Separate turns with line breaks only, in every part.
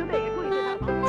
球队也注意对他防守。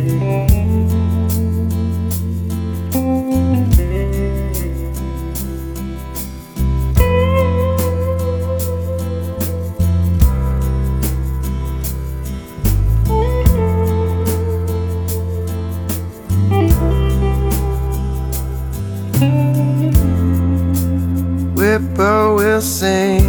Whippoorwill singing.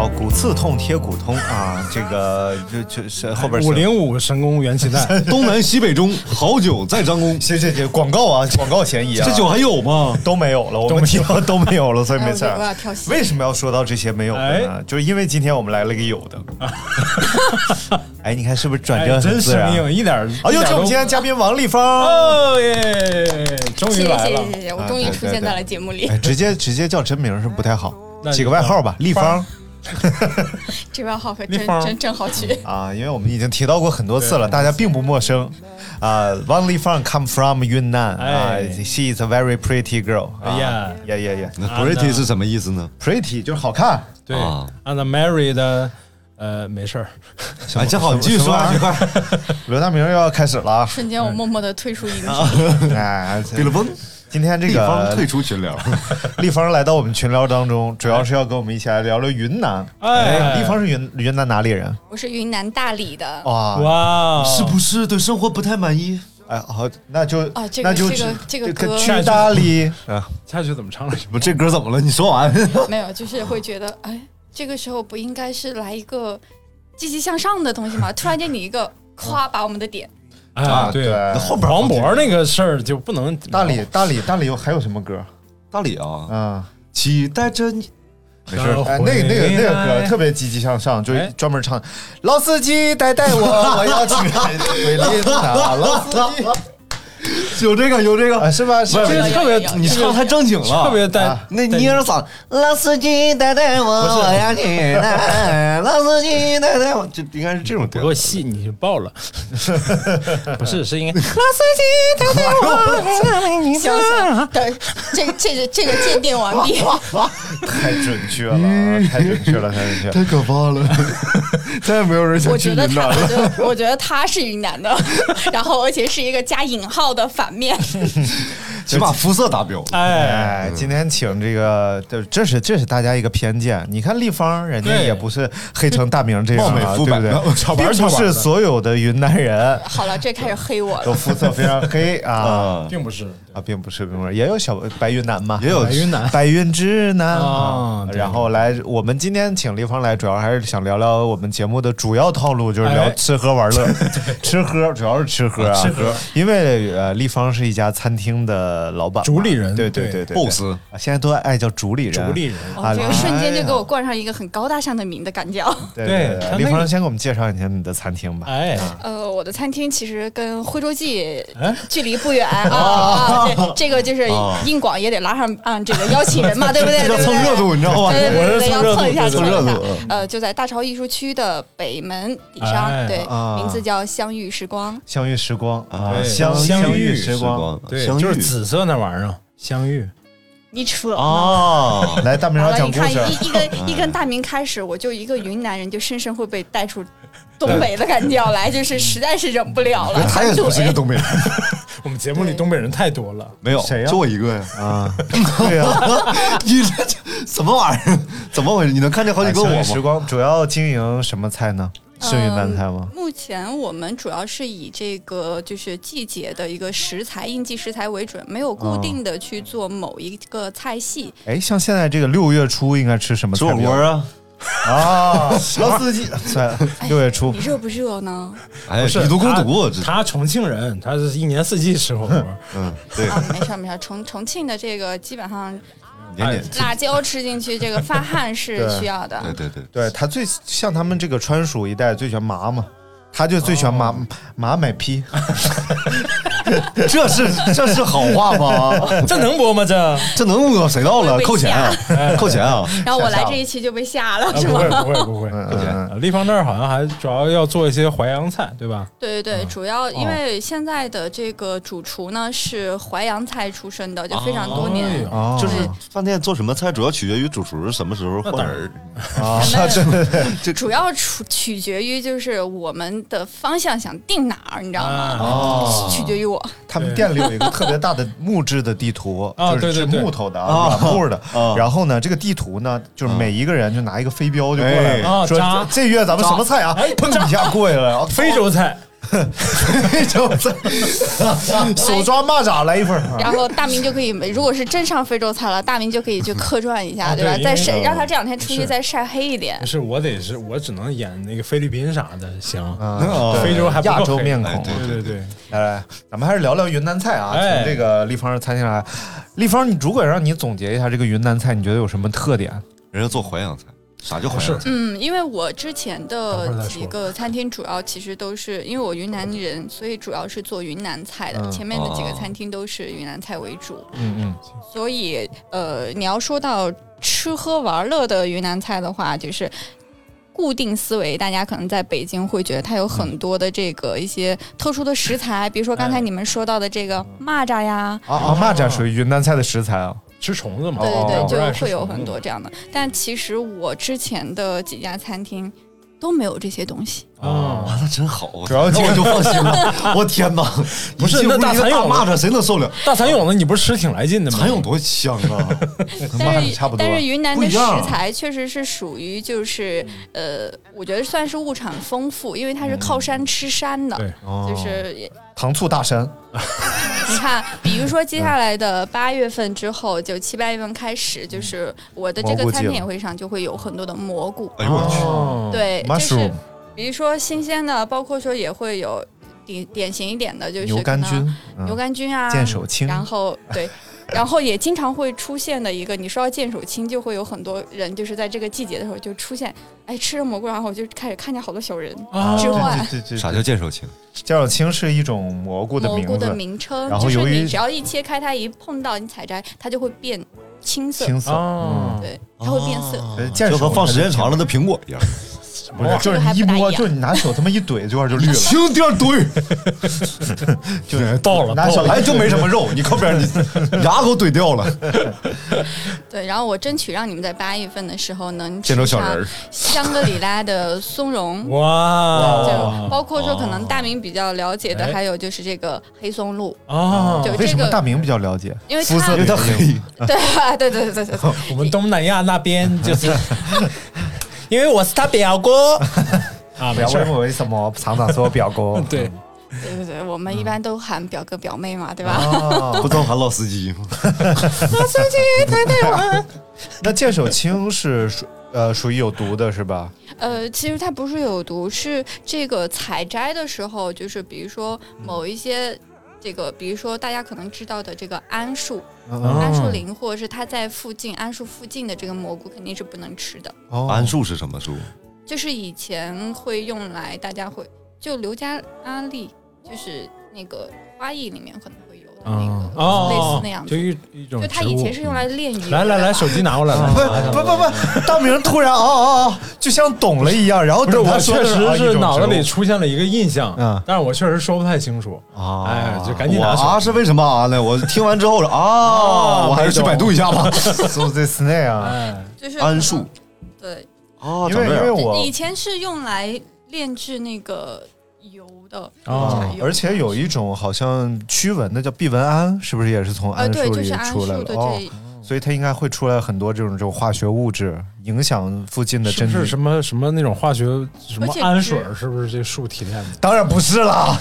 哦，骨刺痛贴骨通啊，这个就就是后边是
五零五神功元气 弹，
东南西北中，好酒在张公。
行行行，广告啊，广告嫌疑啊，
这酒还有吗？
都没有了，我们提到 都没有了，所以没事
哎我觉得我要
儿
跳。戏
为什么要说到这些没有的呢？就是因为今天我们来了个有 的。哎，你看是不是转折
哎
很
真
自
生
然？啊哎
硬，一点儿。
好，
一
有
点
请我
儿都
们今天嘉宾王立芳。
哦耶，终
谢
于
谢
来
谢
了
谢。谢谢，我
啊
终于
对
出
对
现
对
在了节目里
哎，。直接直接叫真名是不太好，
那
起个外号吧，立芳
这外号可
立
真
方
真正好取。
啊，因为我们已经提到过很多次了，大家并不陌生。啊，王立芳 come from 云南啊
哎
，she is a very pretty girl 啊。
哎呀
yeah yeah
那
yeah
啊
pretty
那
是什么意思呢？
pretty 就是好看，
对
啊
，Anna Mary 的，呃，没事儿，
哎，这好，你继续说啊，你快。
刘大明又要开始了 啊！
瞬间，我默默的退出影视。
哎，
对了，翁
今天这
立
个
方退出群聊，
立方来到我们群聊当中，主要是要跟我们一起来聊聊云南。
哎
立方是云云南哪里人？
我是云南大理的。
哇，
哇，哦
是不是对生活不太满意？
哎，好，那就
啊这个
那就
这个这个歌
去大理啊！
下去怎么唱来着？
不，这歌怎么了？你说完。
没有，就是会觉得，哎，这个时候不应该是来一个积极向上的东西吗？突然间你一个夸把我们的点，
啊，对，
后边
黄渤那个事儿就不能
大理，大理，大理有还有什么歌？
大理啊，
嗯，
期待着你。
没
事儿
哎，那个那个那个歌特别积极向上，就
哎
专门唱老司机带带我，我要去回云南。老司机
有这个，有这个
啊，是吧？是
不
吧
是
有有
特别
有有，
你唱太正经了，
特别带
那捏着嗓，老司机带带我，我要去哪？老司机带带我，就应该是这种调
不。够细，你就爆了。 不是，是应该
行行，对，这个这个这个鉴定完毕。
太准确了，
嗯
太准确了，太准 确了。
太可怕了，再也没有人
我
想去
觉
云
得
南
他，
了。
我觉得我觉得他是云南的，然后而且是一个加引号的反面。
起码肤色达标。
哎，
哎，今天请这个，这这是这是大家一个偏见。你看立方，人家
对
也不是黑成大名这样
貌美
啊，对
肤
不
白
对
的？
炒
并
班儿炒
不
班儿
是
的，
所有的云南人
好了，这开始黑我
都
了。
肤色非常黑 啊
啊，
并不是
啊，并不是，并不是，也有小白云南嘛，
也有
云南
白云之南
啊对
然后来，我们今天请立方来，主要还是想聊聊我们节目的主要套路，就是聊
哎
吃喝 玩乐，吃喝主要是吃喝啊，
吃喝，
因为呃，立方是一家餐厅的老板嘛，
主理人
对对对
对
对
boss
啊现在都爱叫主理人，
主力人。
哦，这
啊
个瞬间就给
哎
我
呀
冠上一个很高大上的名的感觉。
对
对
对
他
立
那
方
个
先给我们介绍一下你的餐厅吧，
哎，
呃，我的餐厅其实跟徽州记
哎
距离不远啊啊，这这个就是硬广也得拉上啊，这个邀请人嘛，对不对？
要
对不
蹭
对
热度，你知道吗？
对对对
我是
对，
蹭
要
热度
蹭一下，
对
蹭
蹭热
一下
度嗯。
呃，就在大潮艺术区的北门底商
哎，
对，
啊
名字叫相遇时光。
相遇时光
啊
相
相
遇
遇
时光。
对，
相
就是
遇
紫色那玩意儿，香芋。
你扯呢？
啊，
来，大明
好
要
了，
哦讲
你
故
看
事。
一一根一根大名开始，我就一个云南人，就深深会被带出东北的感觉来，就是实在是忍不了了。
他也不是个东北人，
我们节目里东北人太多了，
没有，
谁呀
就我一个呀。
啊，对呀、啊，
你这这什么玩意儿？怎么回事？你能看见好哎几个我
相遇哎时
吗？
光主要经营什么菜呢？
呃
是云南菜吗？
目前我们主要是以这个就是季节的一个食材、应季食材为准，没有固定的去做某一个菜系。
哎、像现在这个六月初应该吃什么
吃
菜
火
比较？
锅啊，
啊， 老司机，算了，六月初
你，热不热呢？
哎，
不是
以毒攻
啊
毒，
他
这
他重庆人，他是一年四季吃火锅。
嗯，对，
啊，没事儿没事儿，重重庆的这个基本上
点点，
辣椒吃进去，这个发汗是
对
需要的。
对对对，
对他最像他们这个川蜀一带最喜欢麻嘛，他就最喜欢麻
哦
麻买批，
这是这是好话吗？
这能播吗？ 这啊，
这能讹谁到了？扣钱啊， 扣钱啊！
然后我来这一期就被吓了，
啊不
是吗？
会不会不会。
嗯嗯，
啊立方那儿好像还主要要做一些淮扬菜，对吧？
对对对，主要因为现在的这个主厨呢是淮扬菜出身的，就非常多年。
哎呦
哦
就是饭店做什么菜，主要取决于主厨什么时候换人。
啊，
这主要取取决于就是我们的方向想定哪儿，你知道吗？
哦
取决于我。
他们店里有一个特别大的木质的地图，
啊
就是是
对对对
木头的
啊
啊，软木的
啊。
然后呢，这个地图呢，就是每一个人就拿一个飞镖就过来
哎
了，
啊
说
扎
这月咱们什么菜啊
哎？
砰一下过来 了，然后
非 洲菜，
非洲 菜，手抓蚂蚱来一份儿。
然后大明就可以，如果是真上非洲菜了，大明就可以去客串一下，
啊
对吧？
对
再
因为
晒，
呃
让他这两天出去
是
再晒黑一点
不。是我得是我只能演那个菲律宾啥的，行。
啊
非洲还不够
亚洲面
哎
孔，啊
对
对对对，
来来，哎咱们还是聊聊云南菜啊。
哎
从这个立方餐厅来，立方，你如果让你总结一下这个云南菜，你觉得有什么特点？
人家做淮扬菜，啥叫淮扬菜？
嗯，因为我之前
等会儿
的
再
几
说
个餐厅主要其实都是因为我云南人，所以主要是做云南菜的。
嗯
前面的几个
哦
餐厅都是云南菜为主，
嗯嗯，
所以呃，你要说到吃喝玩乐的云南菜的话，就是。固定思维，大家可能在北京会觉得它有很
嗯
多的这个一些特殊的食材，比如说刚
哎
才你们说到的这个蚂蚱呀，
啊啊，蚂蚱属于云南菜的食材啊。
吃虫子嘛，啊
对对
哦
对，
不爱
就
吃
会有
虫子
很多这样的。但其实我之前的几家餐厅都没有这些东西。
啊。
嗯
哇，那真好，我
主要
那
就
我就放心了。我天哪，
不是
一进屋
那大
一个
蚕
大
蛹
蚂蚱，谁能受了？
大蚕蛹呢？你不是吃挺来劲的吗？
蚕蛹多香啊！
跟蚂
但
蚱
是
差不多
但。是云南
不
的
一
食
样
材确实是属于就是
嗯
呃，我觉得算是物产丰富，因为它是靠山吃山的。
对
哦
就是也
糖醋大山，
你看，比如说
嗯
接下来的八月份之后，就七八月份开始，就是我的这
嗯蘑菇
个餐
季
厅也
了
会上就会有很多的蘑菇，
哎呦我去，
哦
对这是
，mushroom
比如说新鲜的，包括说也会有典典型一点的，就是
牛
可
肝
能
菌，嗯
牛肝菌啊，
见手青，
然后 对，然后也经常会出现的一个，你说到见手青，就会有很多人就是在这个季节的时候就出现，哎，吃着蘑菇，然后我就开始看见好多小人，
啊
之后啊
对对对
啥
对，
叫见手青？
见手青是一种蘑菇的
蘑菇
名
的
字，
名称
然，后
就是
由于
你只要一切开它，一碰到你采摘，它就会变青色，
青色。
啊
嗯，
对，它会变色。
哦
呃见
这
手
和放时间长了的苹果一样。
不是，就是你一摸，就是你拿手他妈一怼，这块就绿了，
轻点堆，
就是
到了
拿
到
哎小
了
来
来
就
就
没
没
什
什
么。
么肉，你靠 边，你哦 牙给我怼掉了，
对，然后我争取让你们在八月份的时候能
见
吃
着小
上
人儿。
香格里拉的松茸。就
哇啊
包括说，可能大明比较了解的，
哎
还有就是这个黑松露，
啊！
就
哦为什
这
么
个
大明比较了解？
因为
肤色
它
比较黑，
对吧？对对对对对，
我们东南亚那边 就是，因为我是他表哥 啊，没
表
事
为
儿，
我为什么常常说表哥？
对，
对对对，我们一般都喊表哥表妹嘛，对吧？
啊，
哎不都喊老司机吗？
啊
那见手青是属呃属于有毒的是吧？
呃，其实它不是有毒，是这个采摘的时候，就是比如说某一些。这个，比如说大家可能知道的这个桉树、嗯桉树林，或者是它在附近桉树附近的这个蘑菇，肯定是不能吃的。
桉
桉树是什么树？
就是以前会用来，大家会就刘家阿丽，就是那个花艺里面可能会有的那
嗯
个、
哦，
类似那样
就
子。
一一种
就
植物。
它以前是用来炼鱼。
来来来，手机拿过来 了。
不不不不，大明突然哦哦哦，就像懂了一样，然后
不是，
等
我
他说
确
的时候
实是脑子里
啊
出现了一个印象，
嗯
但是我确实说不太清楚。
啊
哎，就赶紧
我
拿手
啊是为什么啊呢？我听完之后 是啊，
啊
我还是去百度一下吧。
哦，so this 那样，
哎，
就是
桉树
对，
啊，
因为
长这
因为
样
我
以前是用来炼制那个油的
哦
柴油
啊而且有一种好像驱蚊的叫避蚊胺，是不是也是从
呃
桉
对，
树
就
里
是桉
出来
树
的
的
哦？
这
所以它应该会出来很多这种这种化学物质，影响附近的
是
真
不
理
是。什么什么那种化学什么
而且
氨水
只？
是不是这树提炼的？
当然不是 啦，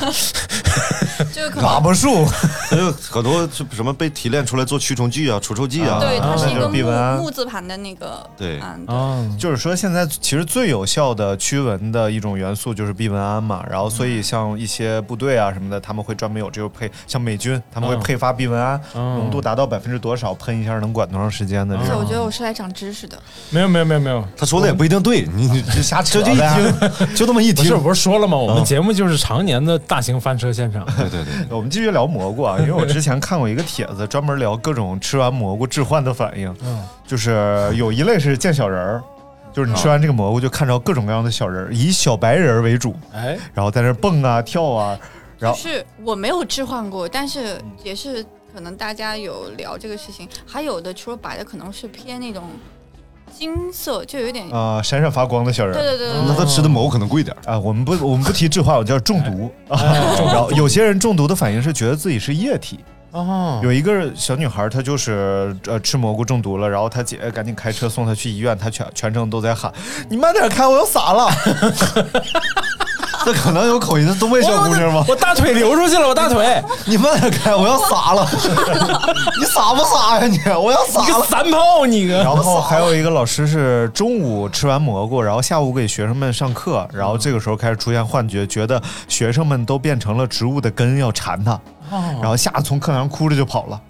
就 是可能
喇叭树，
还有很多是什么
啊
被提炼出来做驱虫剂啊、除臭剂啊，
对，它是
那
一
就
个
是避蚊啊哦
木木字旁的那个
对
嗯，
就是说现在其实最有效的驱蚊的一种元素就是避蚊胺嘛，然后所以像一些部队啊什么的，他们会专门有这个配，像美军他们会
嗯
配发避蚊胺，
嗯
浓度达到百分之多少，喷一下能管多长时间的这
对，我
种。
觉得我是来长知识的。
没有没有没有没有，
他说的也不一定对，你你
这瞎扯
这就一
听，就这么一
听，不是我不是说了吗？我们节目就是常年的大型翻车现场。
对对对，
我们继续聊蘑菇啊，因为我之前看过一个帖子，专门聊各种吃完蘑菇致幻的反应，
嗯
就是有一类是见小人儿，就是你吃完这个蘑菇就看着各种各样的小人儿，以小白人儿为主，
哎，
然后在那儿蹦啊跳啊，然
就
后嗯
是我没有置换过，但是也是可能大家有聊这个事情，还有的除了白的，可能是偏那种金色，就有点
啊、哦闪闪发光的小人儿。
对对对对
那他吃的蘑菇可能贵点儿。哦
啊，我们不，我们不提致幻，我叫中 毒啊。然后有些人中毒的反应是觉得自己是液体，
哦，
有一个小女孩，她就是呃吃蘑菇中毒了，然后她姐赶紧开车送她去医院，她全全程都在喊：“你慢点开，我要洒了。” 这可能有口音，是东北小姑娘吗？
我大腿流出去了，我大腿，
你慢点开，我要洒 了。 你洒不洒呀、你？我要洒
你个
了。
三炮，你个。
然后还
啊
有一个老师是中午吃完蘑菇，然后下午给学生们上课，然后这个时候开始出现幻觉，觉得学生们都变成了植物的根要缠他，
哦
然后吓得从课堂哭着就跑了，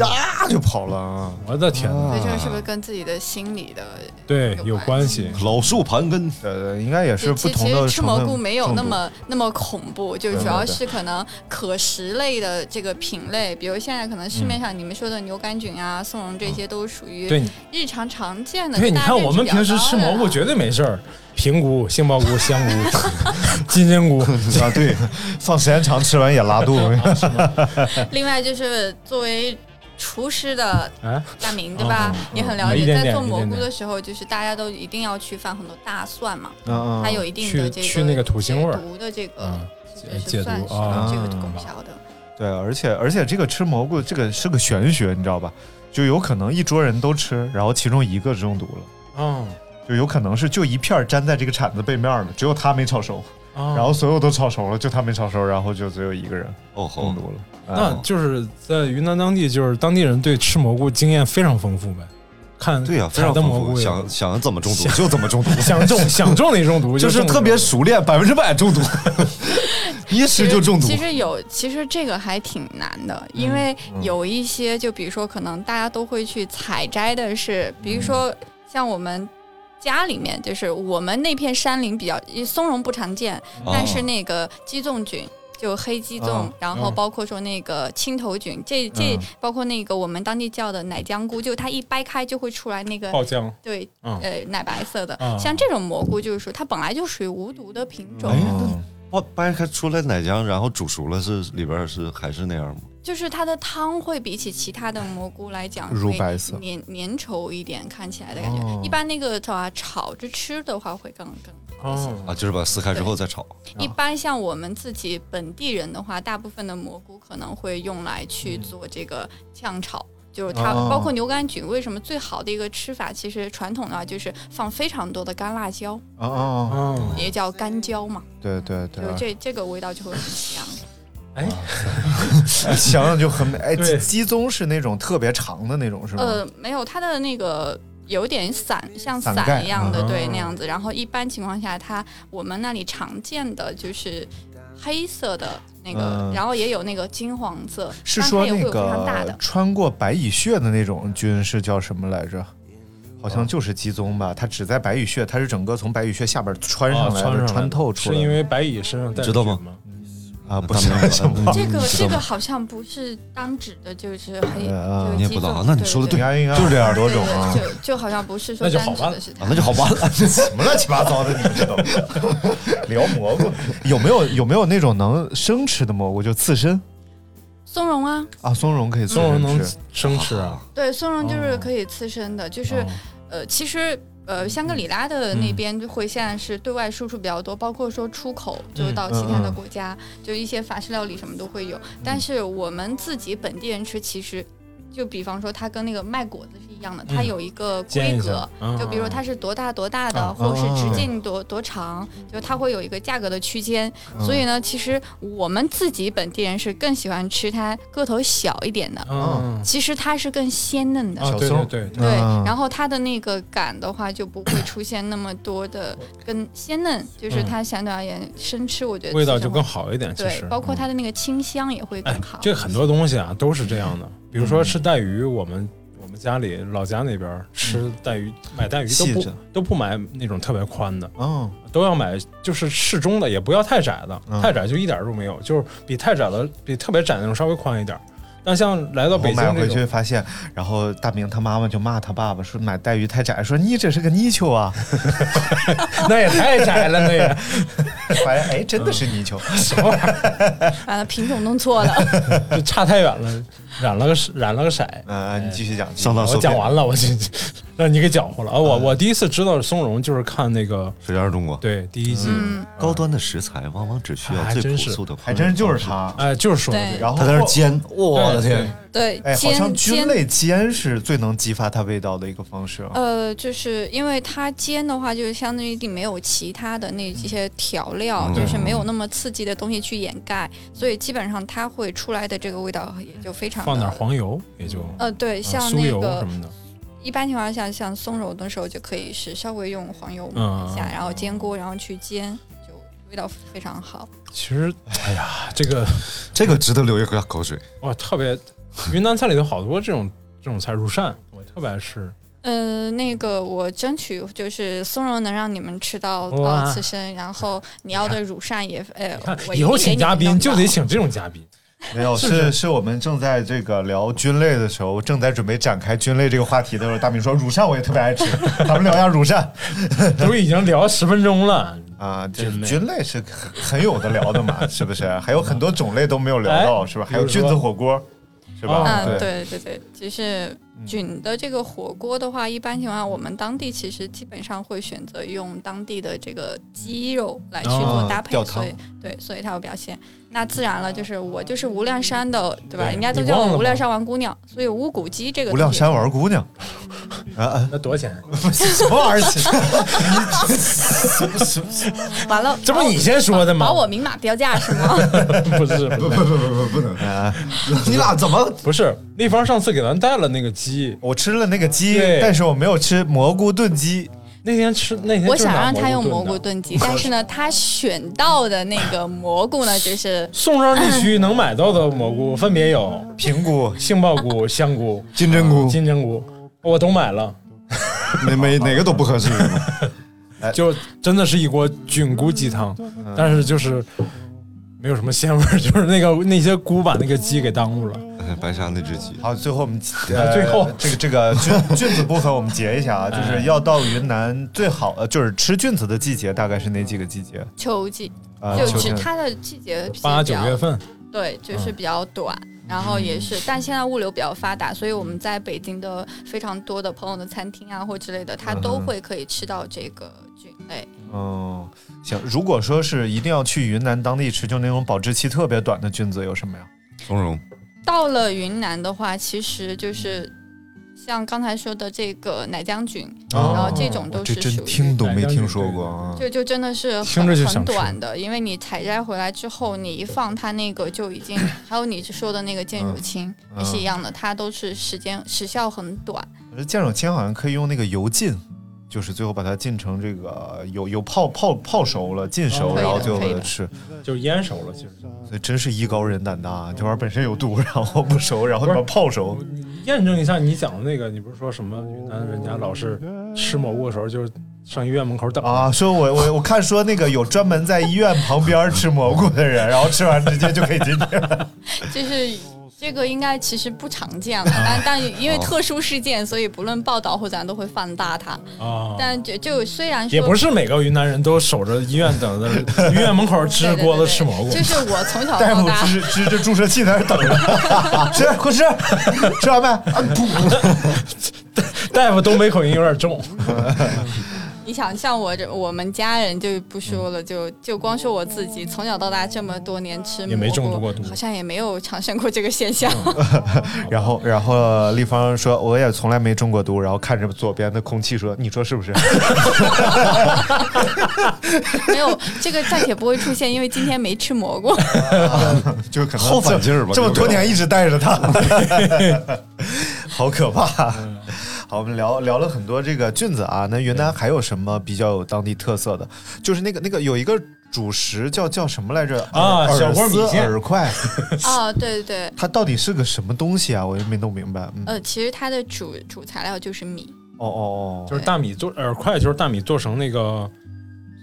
啊就跑了啊。
我的天哪
哎所以！这个是不是跟自己的心理的？
对，有关系。
嗯
老树盘根，
呃，应该也是不
其
同
其
的
实吃
成
蘑
分
菇没有
中
那
毒
么那么恐怖，就
对
主要
对对
是可能可食类的这个品类，比如现在可能市面上你们说的牛肝菌啊、松茸这些都属
嗯
于
对你
日常常见的。
对，
就
你
大家
看
认
我
知
们
比较
平时
高
吃
的
蘑菇
了
绝对没事儿，平菇、杏鲍菇、香菇、 金针菇，
啊，对，放时间长吃完也拉肚 子。
另外就是作为厨师的
哎，
大明对吧
嗯嗯，
也很了
一
解，
点
在
点
做
一
蘑
点
菇
点
的时候，就是大家都一定要去放很多大蒜嘛，
嗯
它有一定
啊去
的这
去那个土
解
腥味儿
毒的这个
嗯，
其
解
实
解
是算
毒
是
啊
有这个功效的。
对，而且而且这个吃蘑菇这个是个玄学，你知道吧？就有可能一桌人都吃，然后其中一个中毒了，
嗯
就有可能是就一片儿粘在这个铲子背面了，只有他没炒熟，
啊，
嗯
然后所有都炒熟了，就他没炒熟，然后就只有一个人嗯
哦吼
中，毒了。
那就是在云南当地，就是当地人对吃蘑菇经验非常丰富呗。看
对啊呀，非
采
常
的
丰
蘑
富，
菇也，
想想怎么中毒就怎么中毒，
想中想中哪种毒
就是
中哪
特
种
别
毒
熟练，百分之百中 毒，一吃就中毒
其。实有，其实这个还挺难的，因为有一些，就比如说，可能大家都会去采摘的是，比如说像我们。家里面就是我们那片山林比较松茸不常见，
哦
但是那个鸡枞菌，就黑鸡枞，
啊
然后包括说那个青头菌，这这
嗯
包括那个我们当地叫的奶浆菇，就它一掰开就会出来那个
爆浆。
对，
嗯
呃，奶白色的
啊，
像这种蘑菇就是说它本来就属于无毒的品种，
嗯
哦，掰开出来奶浆，然后煮熟了是里边是还是那样吗？
就是它的汤会比起其他的蘑菇来讲
乳
会
白色
粘粘稠一点，看起来的感觉。
哦
一般那个的话炒着吃的话会更更。
啊，
哦，
就是把它撕开之后再炒。
啊
一般像我们自己本地人的话，大部分的蘑菇可能会用来去做这个炝炒。就是它，
哦
包括牛肝菌，为什么最好的一个吃法？其实传统的话就是放非常多的干辣椒，
啊啊，
嗯
哦，
也叫干椒嘛，
对对
就是
对，
这这个味道就会很香。
想想就很美哎，
对
鸡鸡枞是那种特别长的那种是吗？
呃，没有，它的那个有点散，像
伞盖
伞一样的，
嗯
对，那样子。然后一般情况下，它我们那里常见的就是黑色的那个
嗯，
然后也有那个金黄色，
是
但
说
它也会
那
有非常大
个
的。
穿过白蚁穴的那种菌是叫什么来着？好
啊
像就是鸡枞吧，它只在白蚁穴，它是整个从白蚁穴下边穿上
啊
来
啊穿
的，
上
穿透出来
是
的。
因为白蚁身上带
知道吗
吗？
啊，不
大
是
明白
什么
了
这个
你知道
这个
吗
好像不是当指的，就是黑，
啊
就是
你也不知
鸡
道啊
枞
那你说的
应
对。
该应该
就是这样
多种啊
对，，就就好像不是说
那就
单
好
指
办
的是它
啊，那就好 办了。
什么乱七八糟的， 你这都 聊蘑菇，有没有有没有那种能生吃的蘑菇，就刺身
松茸啊，
啊？松茸可以刺
松茸
身
能
吃，
生吃啊？
对，松茸就是
哦
可以刺身的，就是
哦
呃，其实呃，香格里拉的那
嗯
边就会现在是对外输出比较多，包括说出口就
嗯
到其他
嗯
的
嗯
国家，就一些法式料理什么都会有。但是我们自己本地人吃，其实就比方说它跟那个卖果子是一样的，
嗯
它有一个
煎
规
一下
格，
嗯
就比如它是多大多大的，
嗯
或者是直
嗯
径多、多长，就它会有一个价格的区间。
嗯
所以呢，其实我们自己本地人是更喜欢吃它个头小一点的，
嗯
其实它是更鲜嫩的。
啊
小
对
松
对
对，
嗯
然后它的那个感的话，就不会出现那么多的跟鲜嫩，就是它相对而言生吃，我觉得
味道
其实
就
会
更好一点其
对
实，嗯
包括它的那个清香也会更
哎
好。，
这很多东西啊都是这样的，
嗯
比如说吃带鱼，我们我们家里老家那边儿吃带鱼，买带鱼都
细
不
致
都不买那种特别宽的，
嗯，
都要买就是适中的，也不要太窄的，
嗯
太窄就一点肉没有，就是比太窄的比特别窄那种稍微宽一点儿。但像来到
我
北京
买
这
回去
种，
发现，然后大明他妈妈就骂他爸爸说买带鱼太窄，说你这是个泥鳅啊，
那也太窄了，那也
发现哎真的是泥 鳅，
什么玩意
完了，品种 弄错了。
儿，就差太远了，染了个染了个色。
啊，你继续讲，
我讲完了，我就 让你给搅和了啊！我我第一次知道松茸就是看那个
《舌尖中国》
对第一季，
嗯
高端的食材往往只需要
还
最朴
真是
素的烹饪方式，
还真就是它，
哎，就是说的
对
这个
然后
他在那儿煎，我的
对
天！
对，
哎，好像
煎
菌
煎
类煎是最能激发它味道的一个方式啊。
呃，就是因为它煎的话，就是相当于你没有其他的那一些调料，
嗯
就是没有那么刺激的东西去掩盖，所以基本上它会出来的这个味道也就非常的
放点黄油也就
呃，对，像
酥
那
油
个
什么的，
一般情况下，像松茸的时候就可以是稍微用黄油
嗯
抹一下，然后煎锅，然后去煎，就味道非常好。
其实哎呀，这个
这个值得流一口口水。
哇特别，云南菜里头好多这种 这种菜，乳扇我特别爱吃，
呃，那个我争取就是松茸能让你们吃到
哇
呃刺身，然后你要的乳扇也呃
你看，
我
以后
一定给
请
你们
嘉宾
弄
就
到
得请这种嘉宾，
没有，
是不是
是是我们正在这个聊菌类的时候，正在准备展开菌类这个话题的时候，大明说乳扇我也特别爱吃，咱们聊一下乳扇
都已经聊十分钟了，
啊。这
菌类
菌类是很很有的聊的嘛，是不是？还有很多种类都没有聊到，
哎
是吧？
比
还
如
有
说
菌子火锅，是吧？
哦
嗯，，对对对，就是
嗯
菌的这个火锅的话，一般情况下我们当地其实基本上会选择用当地的这个鸡肉来去
哦
做搭配，
吊汤
所以对，所以它有表现。那自然了，就是我就是无量山的，对吧？
对
人家都
你
叫
忘了
我
吗
无量山王姑娘，所以乌骨鸡这个
无量
东西
山玩姑娘啊啊，
那多少钱？
什么玩意儿？
完了，
这不你先说 的吗
把？我明码标价是 吗？
不是不是
不不不 不能！
啊
你俩怎么
不是，立芳上次给咱带了那个鸡，
我吃了那个鸡
对，
但是我没有吃蘑菇炖鸡。
那天吃那天
我
就是
想
拿
让他用蘑
菇
菇
炖的。
炖鸡，但是呢，他选到的那个蘑菇呢，就是
宋庄地区能买到的蘑菇分别有
平菇、
杏鲍 菇、香菇、
金针菇
金针菇，我都买了，
没没哪个都不合适，是吗
就真的是一锅菌菇鸡汤，但是就是没有什么鲜味儿，就是那个 那些菇把那个鸡给耽误了。
白沙那只鸡，
好，最后我 们、呃、
最后
这个这个菌菌子部分我们结一下 啊，就是要到云南最好呃，就是吃菌子的季节大概是哪几个季节？
秋季，
呃，
就
秋
只
天
它的季节比
啊八
较
九月份，
对，就是
嗯
比较短，然后也是，但现在物流比较发达，所以我们在北京的非常多的朋友的餐厅啊或之类的，它都
嗯
会可以吃到这个菌类。
嗯，行。如果说是一定要去云南当地吃，就那种保质期特别短的菌子有什么呀？
松茸
到了云南的话，其实就是像刚才说的这个奶浆菌，
哦
然后哦这种
我
都
这
是
真
属于
听都没听说过啊。
就就真的是
听着就
很
想
很
吃
短的，因为你采摘回来之后，你一放它那个就已经，还有你说的那
嗯
个箭乳青也是一样的，它都是时间时效很短。
我觉得酱肉青好像可以用那个油浸，就是最后把它浸成这个油油泡泡泡熟了、浸熟，
哦可以的
然后最后把
可以
它
的
吃。
就是腌熟了，其实
所以真是艺高人胆大，啊这玩意儿本身有毒， 然后不熟，然后
不
把
是
它泡熟。
你验证一下你讲的那个，你不是说什么云南人家老是吃蘑菇的时候就是上医院门口等
啊，说我我我看说那个有专门在医院旁边吃蘑菇的人，然后吃完直接就可以进 去。
就是这个应该其实不常见了，
啊
但但
哦
因为特殊事件，所以不论报道或咱都会放大它。
啊？
但就就虽然说
也不是每个云南人都守着医 院等着，医院门口支
对
着
对对
锅子
对
吃蘑菇。
就是我从小
大
到
夫
大，
支支着注射器在那儿等 着，吃快吃，吃完没？啊，噗！
大夫东北口音有点重，
你想像我这我们家人就不说
嗯
了，就就光说我自己，从小到大这么多年吃
也没
蘑
中毒
菇
过毒
好像也没有产生过这个现象。
嗯
然后，然后立方说我也从来没中过毒，然后看着左边的空气说：“你说是不是？”
没有这个暂且不会出现，因为今天没吃 蘑菇。
就可能
后反劲儿吧
这么
有点
多年一直带着 他，好可怕。好，我们聊聊了很多这个菌子啊，那云南还有什么比较有当地特色的？就是那个那个有一个主食叫叫什么来着？
啊
耳
小锅米线
耳丝饵块，
哦，对对对，
它到底是个什么东西啊？我也没弄明白。嗯，
呃，其实它的主主材料就是米，
哦哦哦，
就是大米做饵块，就是大米做成那个，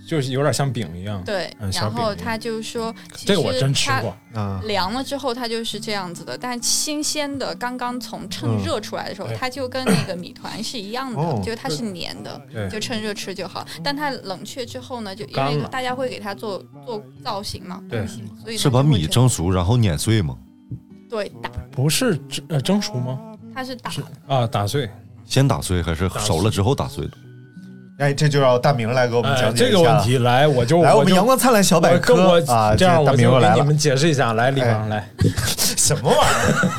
就是有点像饼一样。
对
嗯，小
然
饼
后他就说，其
这个我
实
真吃
它
过
啊
凉了之后它就是这样子的，但新鲜的刚刚从趁
嗯
热出来的时候，
哎
它就跟那个米团是一样的，
哦
就是它是黏的
对，
就趁热吃就好。但它冷却之后呢，就因
干
为
了
大家会给它做做造型
嗯
嘛，
对
所以它
是把米蒸熟然后碾碎吗？
对打，
不是蒸呃蒸熟吗？
它是打
啊，打碎。
先打碎还是熟了之后打碎的？
哎，这就让大明来给我们讲解
哎这个
一下
问题来，我就
来
我
我们
就
阳光灿烂小百科
我跟我
啊
这
这
样
大
我
明又
就给
来了哎
你们解释一下，来，李刚来，
什么玩意儿？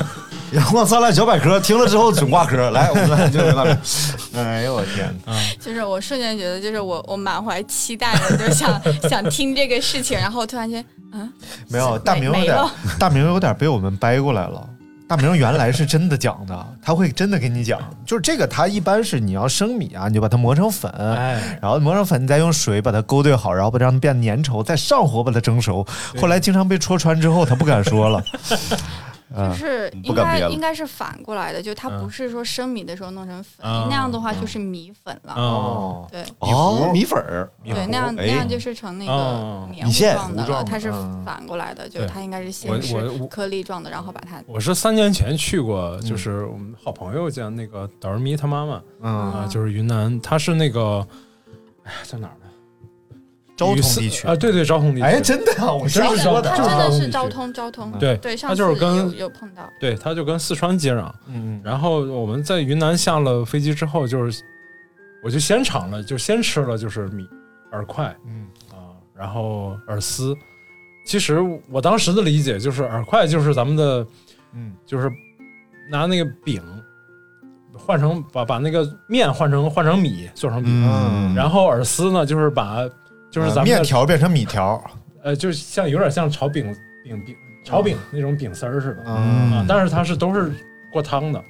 阳光灿烂小百科，听了之后准挂科。来，我们就明白了。 哎呦我天！
就是我瞬间觉得，就是我我满怀期待的，就想想听这个事情，然后突然间，嗯，
没有，大明有
没
点
了，
大明有点被我们掰过来了。大明原来是真的讲的，他会真的给你讲， 就是这个，他一般是你要生米啊，你就把它磨成粉，
哎
然后磨成粉，你再用水把它勾兑好，然后把它让它变粘稠，再上火把它蒸熟。
对
后来经常被戳穿之后，他不敢说了，嗯
就是应该应该是反过来的，就它不是说生米的时候弄成粉，
嗯
那样的话就是米粉
啊
了。
哦
对，
哦，米粉儿，哎
对，那样那样就是成那个
哦
黏
米
糊
线
状
糊
的
哎状
了，
的
它是
嗯
反过来的，就
对
是它应该是
我
先是
我我
颗粒状的，然后把它
我是三年前去过，就是我们好朋友家那个导儿咪他妈妈，
嗯
啊，就是云南，他是那个，哎呀，在哪儿呢？
昭通
与四
地区
啊，对对，昭通地区，
哎真的啊我
真
那
是昭，
个它真的
通
是
地
昭
区
通昭通，
对
对，
它
上次
就是跟
有有碰到，
对，它就跟四川接壤。
嗯，
然后我们在云南下了飞机之后，就是我就先尝了，就先吃了，就是米饵块，
嗯
啊，然后饵丝。其实我当时的理解就是饵块就是咱们的，
嗯，
就是拿那个饼换成把把那个面换成换成米做成饼，
嗯
然后饵丝呢就是把就是咱们的
面条变成米条，
呃，就是像有点像炒饼饼饼炒饼那种饼丝儿似的，
嗯
啊，但是它是都是过汤的，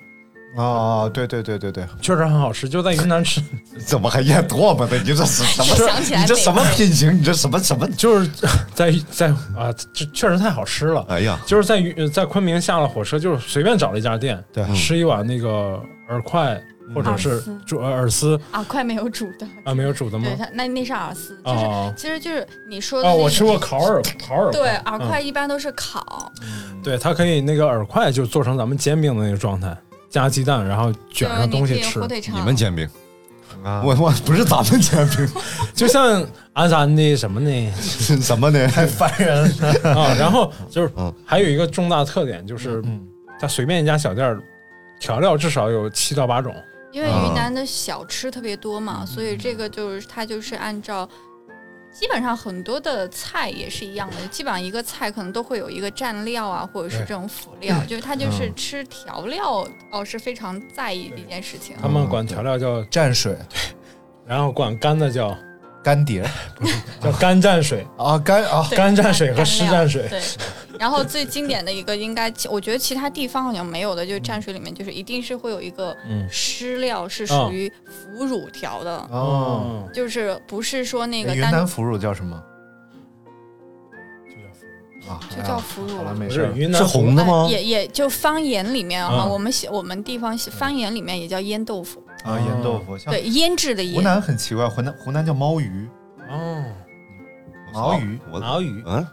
哦，对对对对对，
确实很好吃，就在云南吃。
怎么还咽唾沫呢？你这是什么？
想起来
你这
美
什么
味
品行？你这什么什么？
就是在在啊，这确实太好吃了。
哎呀，
就是在云呃在昆明下了火车，就是随便找了一家店，
对嗯
吃一碗那个饵块或者是
饵丝
煮呃饵丝
啊，快没有煮的，
啊，没有煮的吗
对？它那那是饵丝，就是
哦
其实就是你说的
哦，
那
我
个
吃过烤饵烤饵
对，
嗯
饵块一般都是烤，
对，它可以那个饵块就做成咱们煎饼的那个状态，加鸡蛋，然后卷上东西吃
就你可以火腿。肠
你们煎饼，
我我不是咱们煎饼，
就像鞍山的什么呢？
什么呢？太烦人了
啊！然后就是
嗯
还有一个重大特点就是，它随便一家小店儿调料至少有七到八种。
因为
啊
云南的小吃特别多嘛，所以这个就是它就是按照。基本上很多的菜也是一样的，基本上一个菜可能都会有一个蘸料啊，或者是
对
这种辅 料，就是它就是
嗯
吃调料哦是非常在意的一件事情。
他
哦
们管调料叫
蘸水，
然后管干的叫
干碟，
不是叫
哦
干蘸水
啊，干啊
对
干蘸水和湿蘸水。
对，然后最经典的一个应该，其我觉得其他地方好像没有的，就是蘸水里面就是一定是会有一个
嗯
湿料是
哦
属于腐乳调的，
哦
就是不是说那个
云
单
南腐乳叫什么？啊
就叫腐乳
哎好了，
了。
没
不
事
是
儿。
云南是红的
啊也也就方言里面哈，
嗯
我们喜我们地方喜方言里面也叫腌豆腐，
啊，腌豆腐，像
对腌制的腌
湖南很奇怪，湖南湖南叫猫鱼，
哦，
毛鱼，
毛
鱼，
嗯，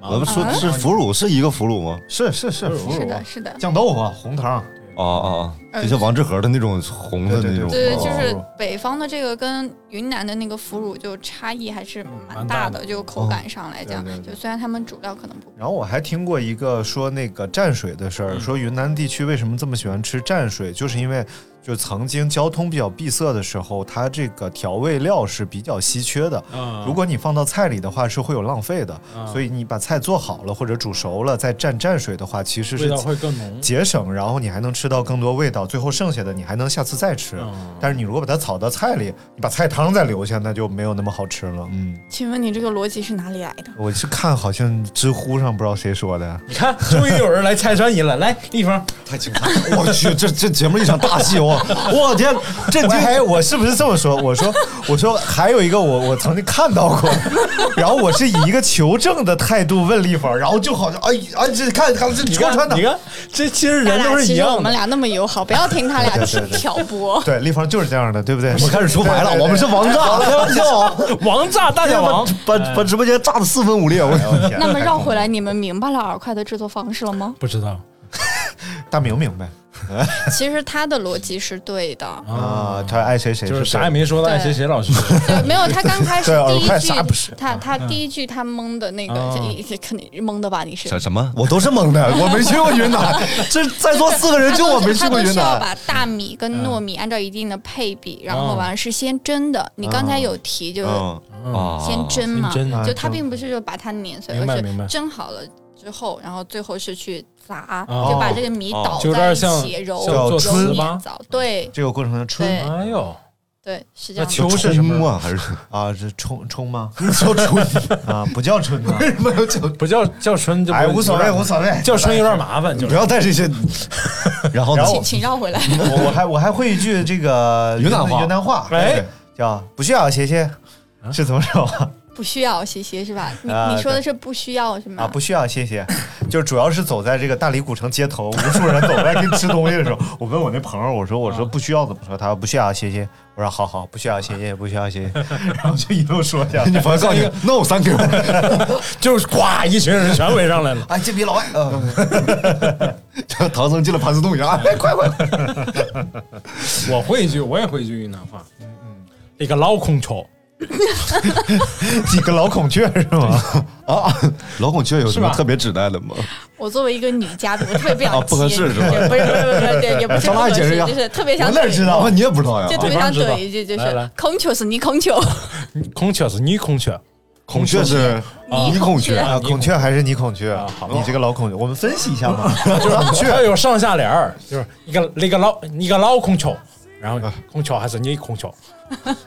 毛
我们说
啊
是腐乳是一个腐乳吗？
是是是腐乳，啊
是的，是的。
酱豆腐、红糖，
哦哦，哦，
呃
就像王致和的那种红的那种，
对，
哦
就是北方的这个跟云南的那个腐乳就差异还是嗯蛮大的，就口感上来讲
嗯对对，对
就虽然他们主料可能不
然后我还听过
嗯
一个说那个蘸水的事儿，说云南地区为什么这么喜欢吃蘸水，就是因为就曾经交通比较闭塞的时候，它这个调味料是比较稀缺的。
嗯
如果你放到菜里的话，是会有浪费的。
嗯
所以你把菜做好了或者煮熟了，再蘸蘸水的话，其实是
味道会嗯更浓
节省，然后你还能吃到更多味道，最后剩下的你还能下次再吃。
嗯
但是你如果把它炒到菜里，你把菜汤再留下，那就没有那么好吃了。嗯，
请问你这个逻辑是哪里来的？
我是看好像知乎上不知道谁说的，
你看，终于有人来拆穿你了。来，立 峰，
太精彩！我去，这这节目一场大戏， 我我天，震惊！哎，我是不是这么说？我 说我说还有一个我我曾经看到过，然后我是以一个求证的态度问立方，然后就好像哎哎，这看看这
你
戳
看
穿的，
你看这其实
咱
人
俩
都是
其
一
实我
样
们
的。
俩那么友好，不要听他俩
对对对
挑拨。
对，立方就是这样的，对不对？
我开始出牌了
对对对
我们是王炸开玩笑 啊
王炸大
家王，把把直播间炸的四分五裂， 我
我
那么绕回来，你们明白了饵块的制作方式了吗？
不知道，
大明明白
其实他的逻辑是对的，
啊，他爱谁谁
就是
谁
啥也没说的，爱谁谁老去。
对，没有他刚开始
对
啊
第一
饵块啥不
句，他他
嗯
第一句他蒙的那个，
哦
这这肯定蒙的吧？你是
什什么？我都是 蒙的，我没去过云南。这在座四个人就我没去过
他都
云
需要
南。
把大米跟糯
嗯
米按照一定的配比，然
哦
后完了是先蒸的。你刚才有提就是
啊
先蒸嘛，
哦先蒸
就它并不是就把它碾碎，
明白
而
明白
是蒸好了之后，然后最后是去砸，
哦
就把这个米倒
就有
在
点
一
像
起揉
像
揉
做糍
面
粑
枣，对
这个过程的春
对
哎呦，
对是
那
这样的。
秋是什么
冲啊还是
啊？这冲冲 吗？叫春啊，不叫春啊。
没有叫
不叫叫春就不
哎无所谓哎嗯无所谓
叫春有点麻 烦，
你
就是
不要带这 些。然后呢？
请请绕回 来，
我我还我还会一句这个
云南话
云南话，
哎
对，叫不需要谢谢，是怎么说啊？
不需要谢谢是吧？你
啊
你说的
对
是不需要是
啊，
吗？
不需要谢谢，就主要是走在这个大理古城街头，无数人走在跟吃东西的时候，我问我那朋友，我说我
啊
说不需要怎么说？他说不需要谢谢，我说好好，不需要谢谢，不需要谢谢， 然后就一路说下
你
去。
朋友告 诉你，no thank you。
就是咵，一群人全围上来了。
啊
哎，这比老外，嗯
唐僧进了盘丝洞一样，哎，快快快！
我会一句，我也会一句云南话。嗯嗯，那个老孔雀
几个老孔雀是吗？
啊， 老孔雀有什
是
么
吧
特别指代的吗？
我作为一个女嘉宾，我特别不想
啊不合适
接
是吧
对不是不是不是，对，也不是
上
不
哪
合
解释
适，
呀
就是特别想
我哪知道啊？你也不知道呀
就？特别想怼一句，就
来来
是孔雀是你孔雀，
孔雀是女孔雀，
孔雀是
你
孔
孔
雀
雀
啊，孔雀还是你孔雀
啊好？
你这个老孔雀，我们分析一下 嘛。
雀它有上下联儿，就是一个那个老一个老孔雀，然后孔雀还是女孔雀。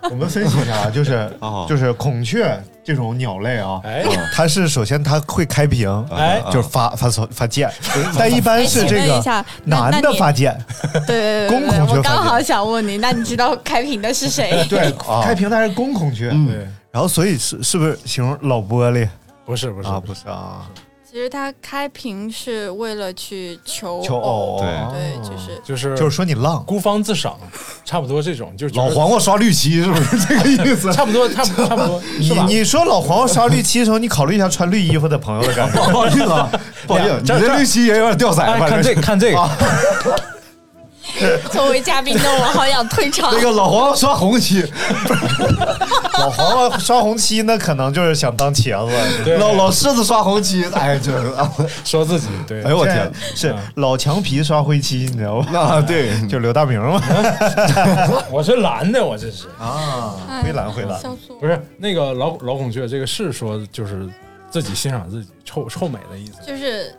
我们分析一下啊，就是
哦
就是孔雀这种鸟类啊，
哎
它是首先它会开屏，
哎
就是发发错发箭，但一般是这
哎请问
个
一下那
男
那
的
你
发箭，
对对
公孔
对对，
雀
我刚
发现
好想问你，那你知道开屏的是谁？
对，开屏它是公孔雀，
嗯
对，
然后所以是是不是形容老玻璃
不是不是
啊？不是啊，
其实他开屏是为了去求
求偶啊
对
哦对，就是
就是
就是说你浪，
孤芳自赏，差不多这种，就是觉
老
得
黄瓜刷绿漆是不是这个意思？
差不多，差不多，差不多，
你
是吧？
你说老黄瓜刷绿漆的时候，你考虑一下穿绿衣服的朋友的感
不
受。
好意思 啊，不好意思，你
这
这绿漆也有点掉色，
哎，
反正
看这个，看这个，
啊
作为嘉宾的我好想 退场
那。个老黄瓜刷红 漆，
老黄瓜刷红漆，那可能就是想当茄子。
对
老老狮子刷红漆，哎，这啊
说自己对
哎，呦我
这
天，
是老墙皮刷灰漆，你知道吗？
那对，
就刘大明嘛。
我是蓝的，我这是
啊，回蓝回蓝，
哎笑死我！
不是那个老老孔雀？这个是说就是自己欣赏自己臭臭美的意思。
就是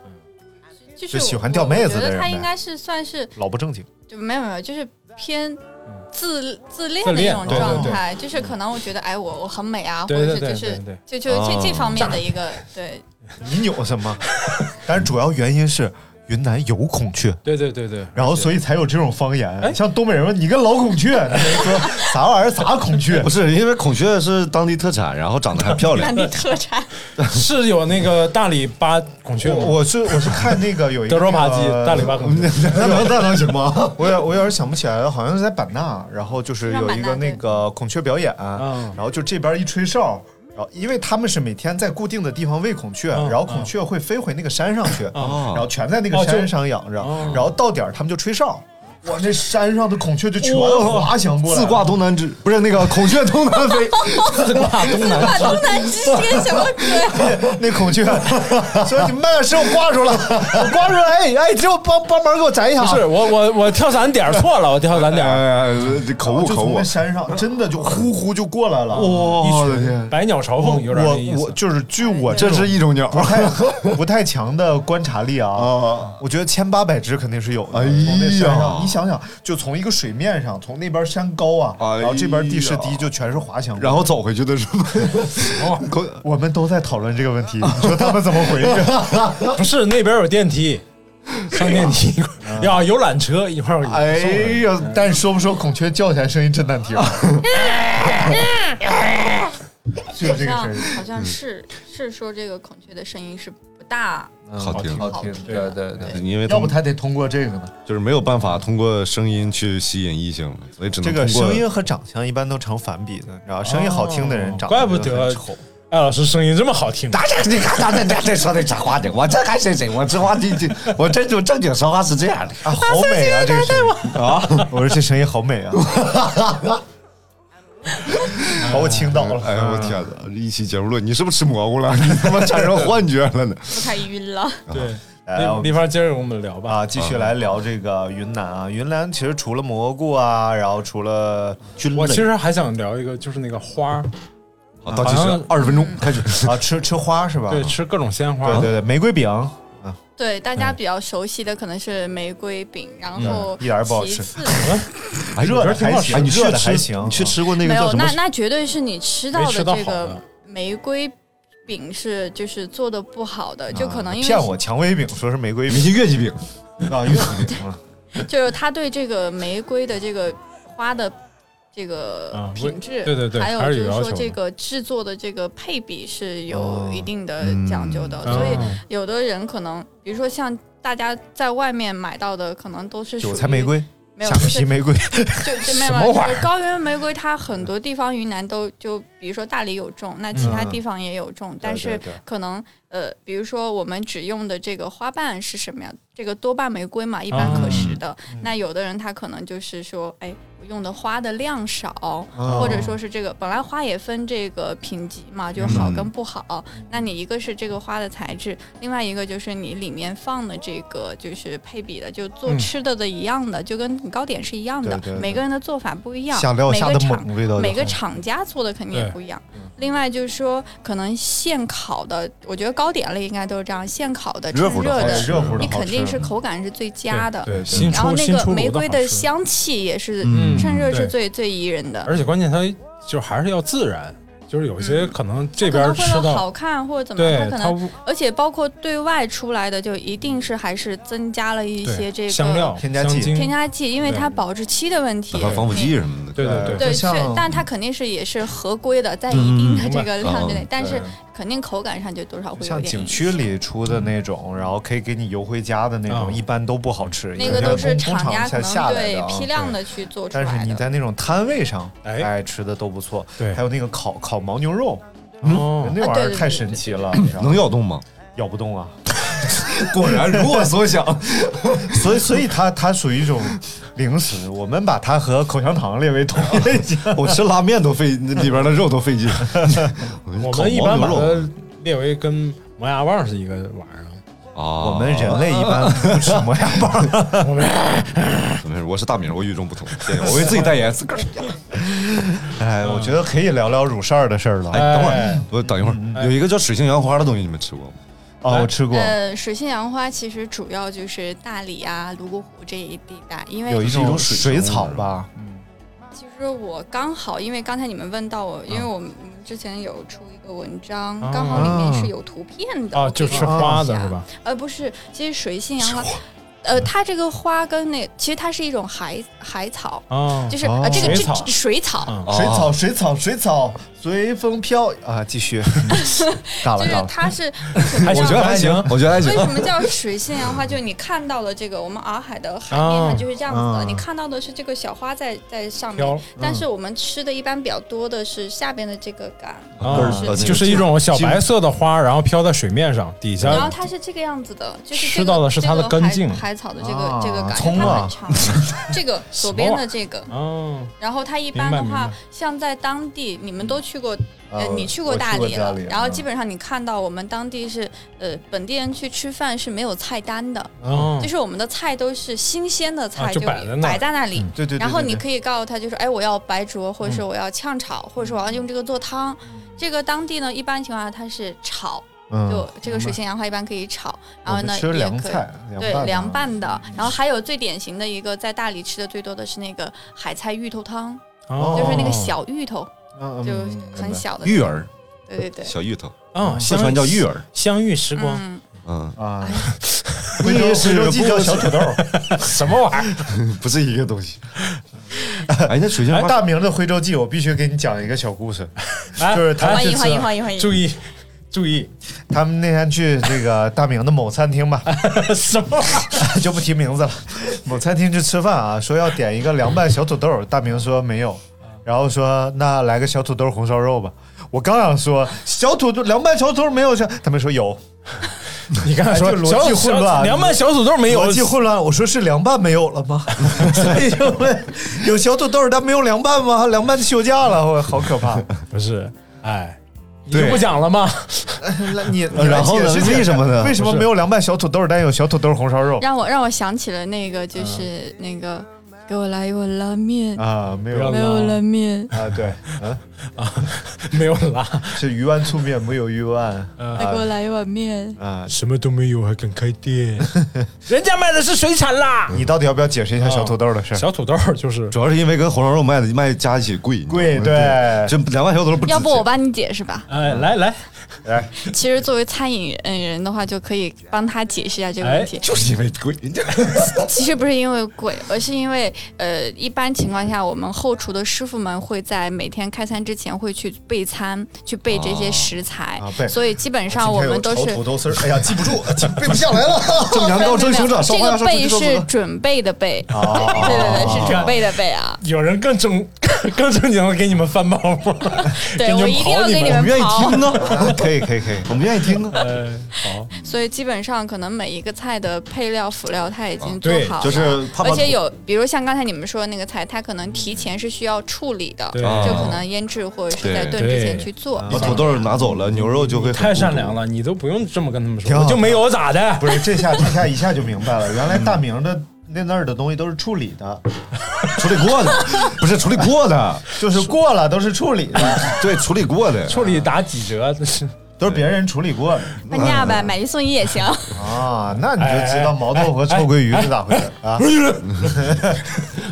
就是
就喜欢
我
钓妹子
我
的
觉
人
得他
呗
应该是算是
老不正经。
就没有没有，就是偏自自恋
自
的一
恋
种
对
状
对
态，就是可能我觉得哎，我我很美啊，或
对对
者是
对对
就是
对，
就就
哦
这这方面的一个对，
你扭什 么？但是主要原因是云南有孔雀，
对对对对。
然后所
以
以才有这种方言。
哎
像东北人问你个老孔雀，你说啥玩意儿？啥孔雀
不？是因为孔雀是当地特产，然后长得还漂亮
当。地特产。
是有那个大理巴孔
我
雀吗？
我是我是看那个有一个
德州扒鸡、大理巴孔 雀，
那能那能行吗？
我有我有点想不起来了，好像是在版纳，然后就是有一个那个孔雀表演，
嗯
然后就这边一吹哨。然后，因为他们是每天在固定的地方喂孔雀，
嗯
然后孔雀会飞回那个山上去，
嗯
然后全在那个
哦就
山上养着，
哦
然后到点儿他们就吹哨，我这山上的孔雀就全
哇
滑翔过来了，
自挂东
南枝，不是那个孔雀东南飞，
自挂东南枝自挂东南枝是个什么
鬼？ 那孔雀说：“你们把师傅挂住了，我挂住了，哎哎，只有帮帮忙给我摘一下。”啊
不 是我我我跳伞点儿错了，我跳伞点
哎
儿，
口就从那山上真的就呼呼就过来了，
一
我
群
的天！
百鸟朝凤有点那意
我
思
我。哦就是据我 这
这是一
种鸟，不 太不太强的观察力啊，我觉得千八百只肯定是有的。哎呀，你想想，就从一个水面上，从那边山高啊，然后这边地势低，就全是滑翔。
然后走回去的时候，
我们都在讨论这个问题，你说他们怎么回去？
不是那边有电梯，上电梯一块儿 呀，有缆车一块儿。
哎呀，啊但是说不说孔雀叫起来声音真难听，就是这个
好
声音
像好像是是说这个孔雀的声音是不大
好听
好听，对对对，
因为
要不他得通过这个呢。
就是没有办法通过声音去吸引异性，所以只
这
能
个
通过
声音和长相一般都成反比的，你知道吧，声音好听的人长
怪不得艾哎老师声音这么好听。
大家你看啊他这这这说的啥话的？我这还谁谁？我这话这这我这种正经说话是这样的
啊，好美啊，这个声音啊！我说这声音好美 啊，把我倾倒了。
哎呦我天哪！一期节目论，你是不是吃蘑 菇了？你他妈产生幻觉了 呢？
不太晕了。
对，
哎我
那
们
那方接着我们聊吧。
啊，继续来聊这个云南啊，云南其实除了蘑菇啊，然后除了
我其实还想聊一个，就是那个花儿，
啊
倒计时
二十分钟开 始啊，吃吃花是吧？
对，吃各种鲜花。
对对对，玫瑰饼
对，大家比较熟悉的可能是玫瑰饼，然后
一点儿也不好
其
吃
次，
哎热的还行，
哎你去
热的还
吃
行，
你去吃过那
没
个叫
有，
什么
那？那绝对是你吃到
没吃
的
到
这
好
个
的
玫瑰饼是就是做的不好的，就可能因为
啊骗我蔷薇饼，说是玫瑰饼， 月季饼啊，月季饼 啊。
就是他对这个玫瑰的这个花的这个
啊味
品质，
对对对
还有
还
就
有
是是
要
说
求
这
的
个制作的这个配比是有
哦
一定的讲究的，
嗯
所以
哦
有的人可能，比如说像大家在外面买到的，可能都是
韭
属
菜
于
玫瑰
没有
下
就是
皮玫瑰
就就
什
没有
么玩意
就
儿
是高原玫瑰，它很多地方云南都就比如说大理有种，那其他地方也有种，但
嗯对
是
对
可能呃，比如说我们只用的这个花瓣是什么呀？这个多瓣玫瑰嘛，一般可食的。
嗯
那有的人他可能就是说，哎，我用的花的量少，
哦
或者说是这个本来花也分这个品级嘛，
嗯
就是好跟不好。那你一个是这个花的材质，另外一个就是你里面放的这个就是配比的，就做
嗯
吃的的一样的，就跟你糕点是一样的，
对对对
每个人的做法不一样。
下料
每
下
个
得
厂
猛味道就嗯
每个
好
厂家做的肯定也
对
不一样。另外就是说，可能现烤的，我觉得糕点类应该都是这样，现烤的、趁
热乎的好
的，
吃热乎的
你
好
肯定
吃
是口感是最佳的。
对对新
然后
出
那
新
个
出炉
玫
的
瑰
好
的
吃
香气也是
嗯
趁热是
对
最最宜人的。
而且关键它就还是要自然，就是有些可能这
可
边
能为
吃
了好
到
看或者怎么样，
对
它可
它
能
不，
而且包括对外出来的，就一定是还是增加了一
对
些这个
香料添加剂
添加剂，因为
对
它保质期的问题，
哪怕防腐剂什么的，
对对
对，是
像，
但它肯定是也是合规的，在一定的
嗯
这个
明白
量之内
嗯，
但是
对
肯定口感上就多少会有
像
点
景
影响。
区里出的那种，然后可以给你邮回家的那种，一般都不好吃。
那个都是
工
厂
工
家
厂
可
才
能
下来
对
的啊，
批量的去做出
但是
来
你
的。
在那种摊位上，哎，吃的都不错。
对，
还有那个烤烤牦牛肉，
嗯
那玩
啊对
意
对
儿太
对
神奇了，
能咬动吗？
咬不动啊。果然如我所想， 所以所以它它属于一种零食，我们把它和口香糖列为同一类型。
我 吃拉面都费那里边的肉都费劲。
我
烤
们一般
牦
把
牛肉
它列为跟磨牙棒是一个玩意儿。
啊，
我们人类一 般不吃磨牙棒。
没事，我是大明，我与众不同，谢谢我为自己代言，自个儿。
哎，我觉得可以聊聊乳扇儿的事儿了。
哎，等会儿，我等一会儿，有一个叫水性杨花的东西，你们吃过吗？
哦，我吃过。
呃，水性杨花其实主要就是大理啊、泸沽湖这一地带，因为
有一种水草吧，
其实我刚好，因为刚才你们问到我，因为我们之前有出一个文章，
啊
刚好里面是有图片的
啊，就吃花的
是
是？吧？
呃，不是，其实水性杨花，呃，它这个花跟那其实它是一种海海草，
啊
就是、呃这个
水
这
草
这水草，
啊水草，水草，水草，随风飘啊，继 续，尬
啊
了
就
尬
是
了。
它是为什
哎
么叫
我觉得还行我觉得还行
为什么叫水性杨花？就是你看到了这个我们洱海的海面，
哦
它就是这样子
哦
的。你看到的是这个小花在在上
啊飘
面
嗯，
但是我们吃的一般比较多的是下边的这个杆，
啊
嗯
就，是
就是一种小白色的花，然后飘在水面上，底
然后
下
它是这个样子的，就是这
吃
个
到的是它的
这个
根茎
海海草的这
啊
个这个杆，
葱
它
啊
很长。这个左边的这个，
嗯，
然后它一般的
明白明
话
白，
像在当地，你们都去过，呃
啊，
你去过
我去
大
过
理
大
了
理，
然后
嗯
基本上你看到我们当地是，呃，本地人去吃饭是没有菜单的
哦，
就是我们的菜都是新鲜的菜，
啊就摆在那儿
摆在那里
嗯，对对对
然后
对对
你可以告诉他，就是哎，我要白灼，或者是我要炝炒，或者是我要用这个做汤。这个当地呢，一般情况下它是炒。
嗯
就这个
明白
水性杨花一般可以炒，然后
我
呢
们吃
也
凉
可以
菜凉
对
拌的
凉
啊
拌的，然后还有最典型的一个在大理吃的最多的是那个海菜芋头汤，
哦
就是那个小芋头，
嗯嗯
就
嗯
很小的
玉儿，
对对对，
小芋头，
啊，
嗯
四川叫玉儿，
相遇时光，
嗯
嗯
啊，
徽州
是
徽州
不
鸡叫小土豆
什么玩意儿？ 不是一个东西。哎，那水晶
花
大明的徽州记，我必须给你讲一个小故事， 就是他
欢迎
去吃
欢迎欢迎欢迎注
意注 意，他们那天去这个大明的某餐厅吧， 什么就不提名字了，某餐厅去吃饭啊，说要点一个凉拌小土豆，大明说没有。然后说那来个小土豆红烧肉吧，我刚想说小土豆凉拌小土豆没有，他们说有，
你刚才说
哎这个逻辑
小
混乱，
小凉拌小土豆没有
逻辑混乱。我说是凉拌没有了 吗？所以就问有小土豆，但没有凉拌吗？凉拌休假了，我好可 怕。
不是，哎，你
对
就不讲了吗？
你
呃然后呢为什么呢
为什么
不是
没有凉拌小土豆，但有小土豆红烧肉
让我让我想起了那个就是那个给我来一碗拉面，
嗯啊？没
没
有
有拉面，
啊？对，嗯啊，没有辣，是鱼丸醋面，没有鱼丸。
再哎给我来一碗面。
嗯啊，
什么都没有还敢开店？ 人家卖的是水产啦。
你到底要不要解释一下小土豆的事？
小土豆就是
主要是因为跟红烧肉卖的卖加一起贵，
贵
对，这两万小土豆不值
要不我帮你解释吧。
哎，来来
来，
其实作为餐饮人的话，就可以帮他解释一下这个问题。
就是因为贵，人家
其实不是因为贵，而是因为呃，一般情况下，我们后厨的师傅们会在每天开餐之前会去备餐，去备这些食材，
哦啊备
所以基本上我们 都
今天
是
有炒土豆丝儿，哎呀，记不住， 记背不下来了。正阳高蒸熊掌，烧
这
花鸭
个
烧
备
土豆
是
丝。
准备的备，
哦
对对对，是准备的备啊。
有人更正 更正经的给你们翻包吗？
对
给
我一定要给你们刨。
啊！可以可以可以，我们愿意听啊。
好，
所以基本上可能每一个菜的配料辅料它已经做
对
好了，
就是怕把
而且有比如像刚才你们说的那个菜，它可能提前是需要处理的，
嗯
对
就可能腌制或者是在炖之前去做。
把土豆拿走了，牛肉就会
太善良
了。
了，你都不用这么跟他们
挺
说，
好
我就没有咋的。
不是这下这下一下就明白了，原来大明的那那儿的东西都是处理的，
处理过的，不是处理过的，
就是过了都是处理的，
对，处理过 的，
处理打几 折？这是
都是别人处理过的。
半价
嗯
呗，买一送一也行。
啊，那你就知道毛豆和臭鳜鱼是咋回事啊？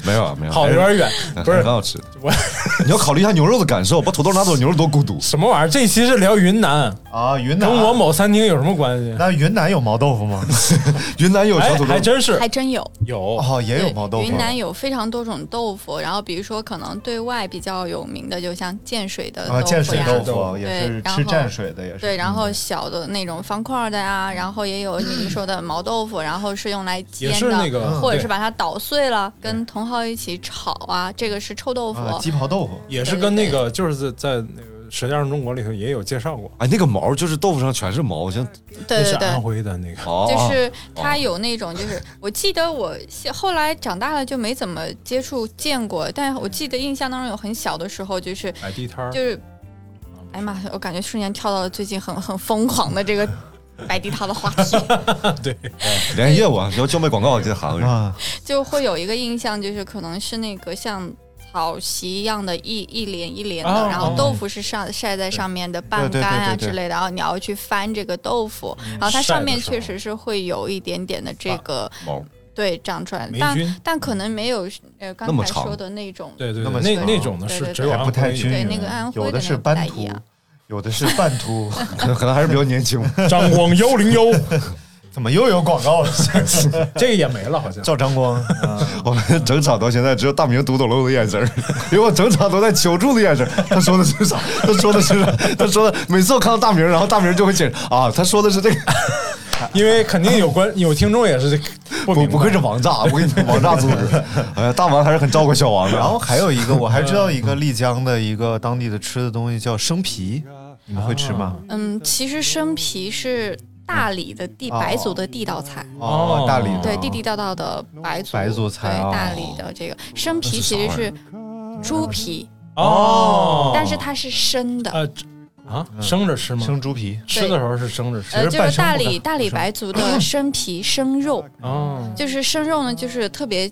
没有没有，
好有点远
哎
不是
很好吃。 你要考虑一下牛肉的感受，把土豆拿走，牛肉多孤 独。
什么玩意儿？这期是聊云南
啊，云
南跟我某餐厅有什么关系？
那云南有毛豆腐吗？
云南有
小土豆还真是
还真有。
有
哎哦，也有毛豆腐。
云南有非常多种豆腐，然后比如说可能对外比较有名的，就像建水的
啊，建水
呀
豆腐
对
也是
然
吃
后
蘸水的，也是。
对，然后小的那种方块儿的呀、然后也有您说的毛豆腐，然后是用来煎
也
的，
是那个嗯
或者是
对
把它捣碎了，跟茼蒿一起炒啊，这个是臭豆腐。
啊，鸡刨豆腐
也是跟那个就是在在那个《舌尖上中国》里头也有介绍过，
哎，那个毛就是豆腐上全是毛，像
嗯
对
那是
对对
安徽的那个，
哦啊
就是它有那种，就是我记得我现后来长大了就没怎么接触见过，但我记得印象当中有很小的时候，就是
摆地摊儿
就是，
嗯
哎呀妈，我感觉瞬间跳到了最近很很疯狂的 这个摆地摊的话题。
联系业务啊，要叫卖广告就得喊我
啊。
就会有一个印象，就是可能是那个像草席一样的一一连一连的，
哦
然后豆腐是上晒在上面的
对
半
对对
干啊
对对嗯
之类的，然后你要去翻这个豆腐，然后它
晒
上
的
面
时
确实是会有一点点的这个。
毛
对，长出来的
霉，菌
但但可能没有呃刚
那么
才
长
说的那种，
对对
那么
对，
小
那那种呢
对
是
对
只有
还
安
不
徽
太
有
均
对
匀，
那个安徽
有
的
的是
那个不
斑
太一
秃
样，
有的是半秃，
可能还是比较年轻。
张光幺零幺，
怎么又有广告了？
这个也没了，好像
照张光。我们整场到现在只有大明读懂了我的眼神儿， 因为我整场都在求助的眼神儿。他说的是啥？他说的是啥？他说的每次我看到大明，然后大明就会解释啊，他说的是这个。
因为肯定有关有听众也是
不不愧是王炸，我跟你说，王炸组织，哎呀，大王还是很照顾小王的。
然后还有一个，我还知道一个丽江的一个当地的吃的东西叫生皮，你们会吃吗？
嗯，其实生皮是大理的地
哦
白族的地道菜。
哦大理的
对地地道道的白族
白族菜
对
哦
大理的这个生皮其实是猪皮
哦
但是它是生的。
呃啊生着吃
嗯
吗？
生猪皮
吃的时候是生着吃，
呃，
其
就
实半
是
生
大
不
理
干
大理白 族的生皮生肉，
哦
就是生肉呢，就是特别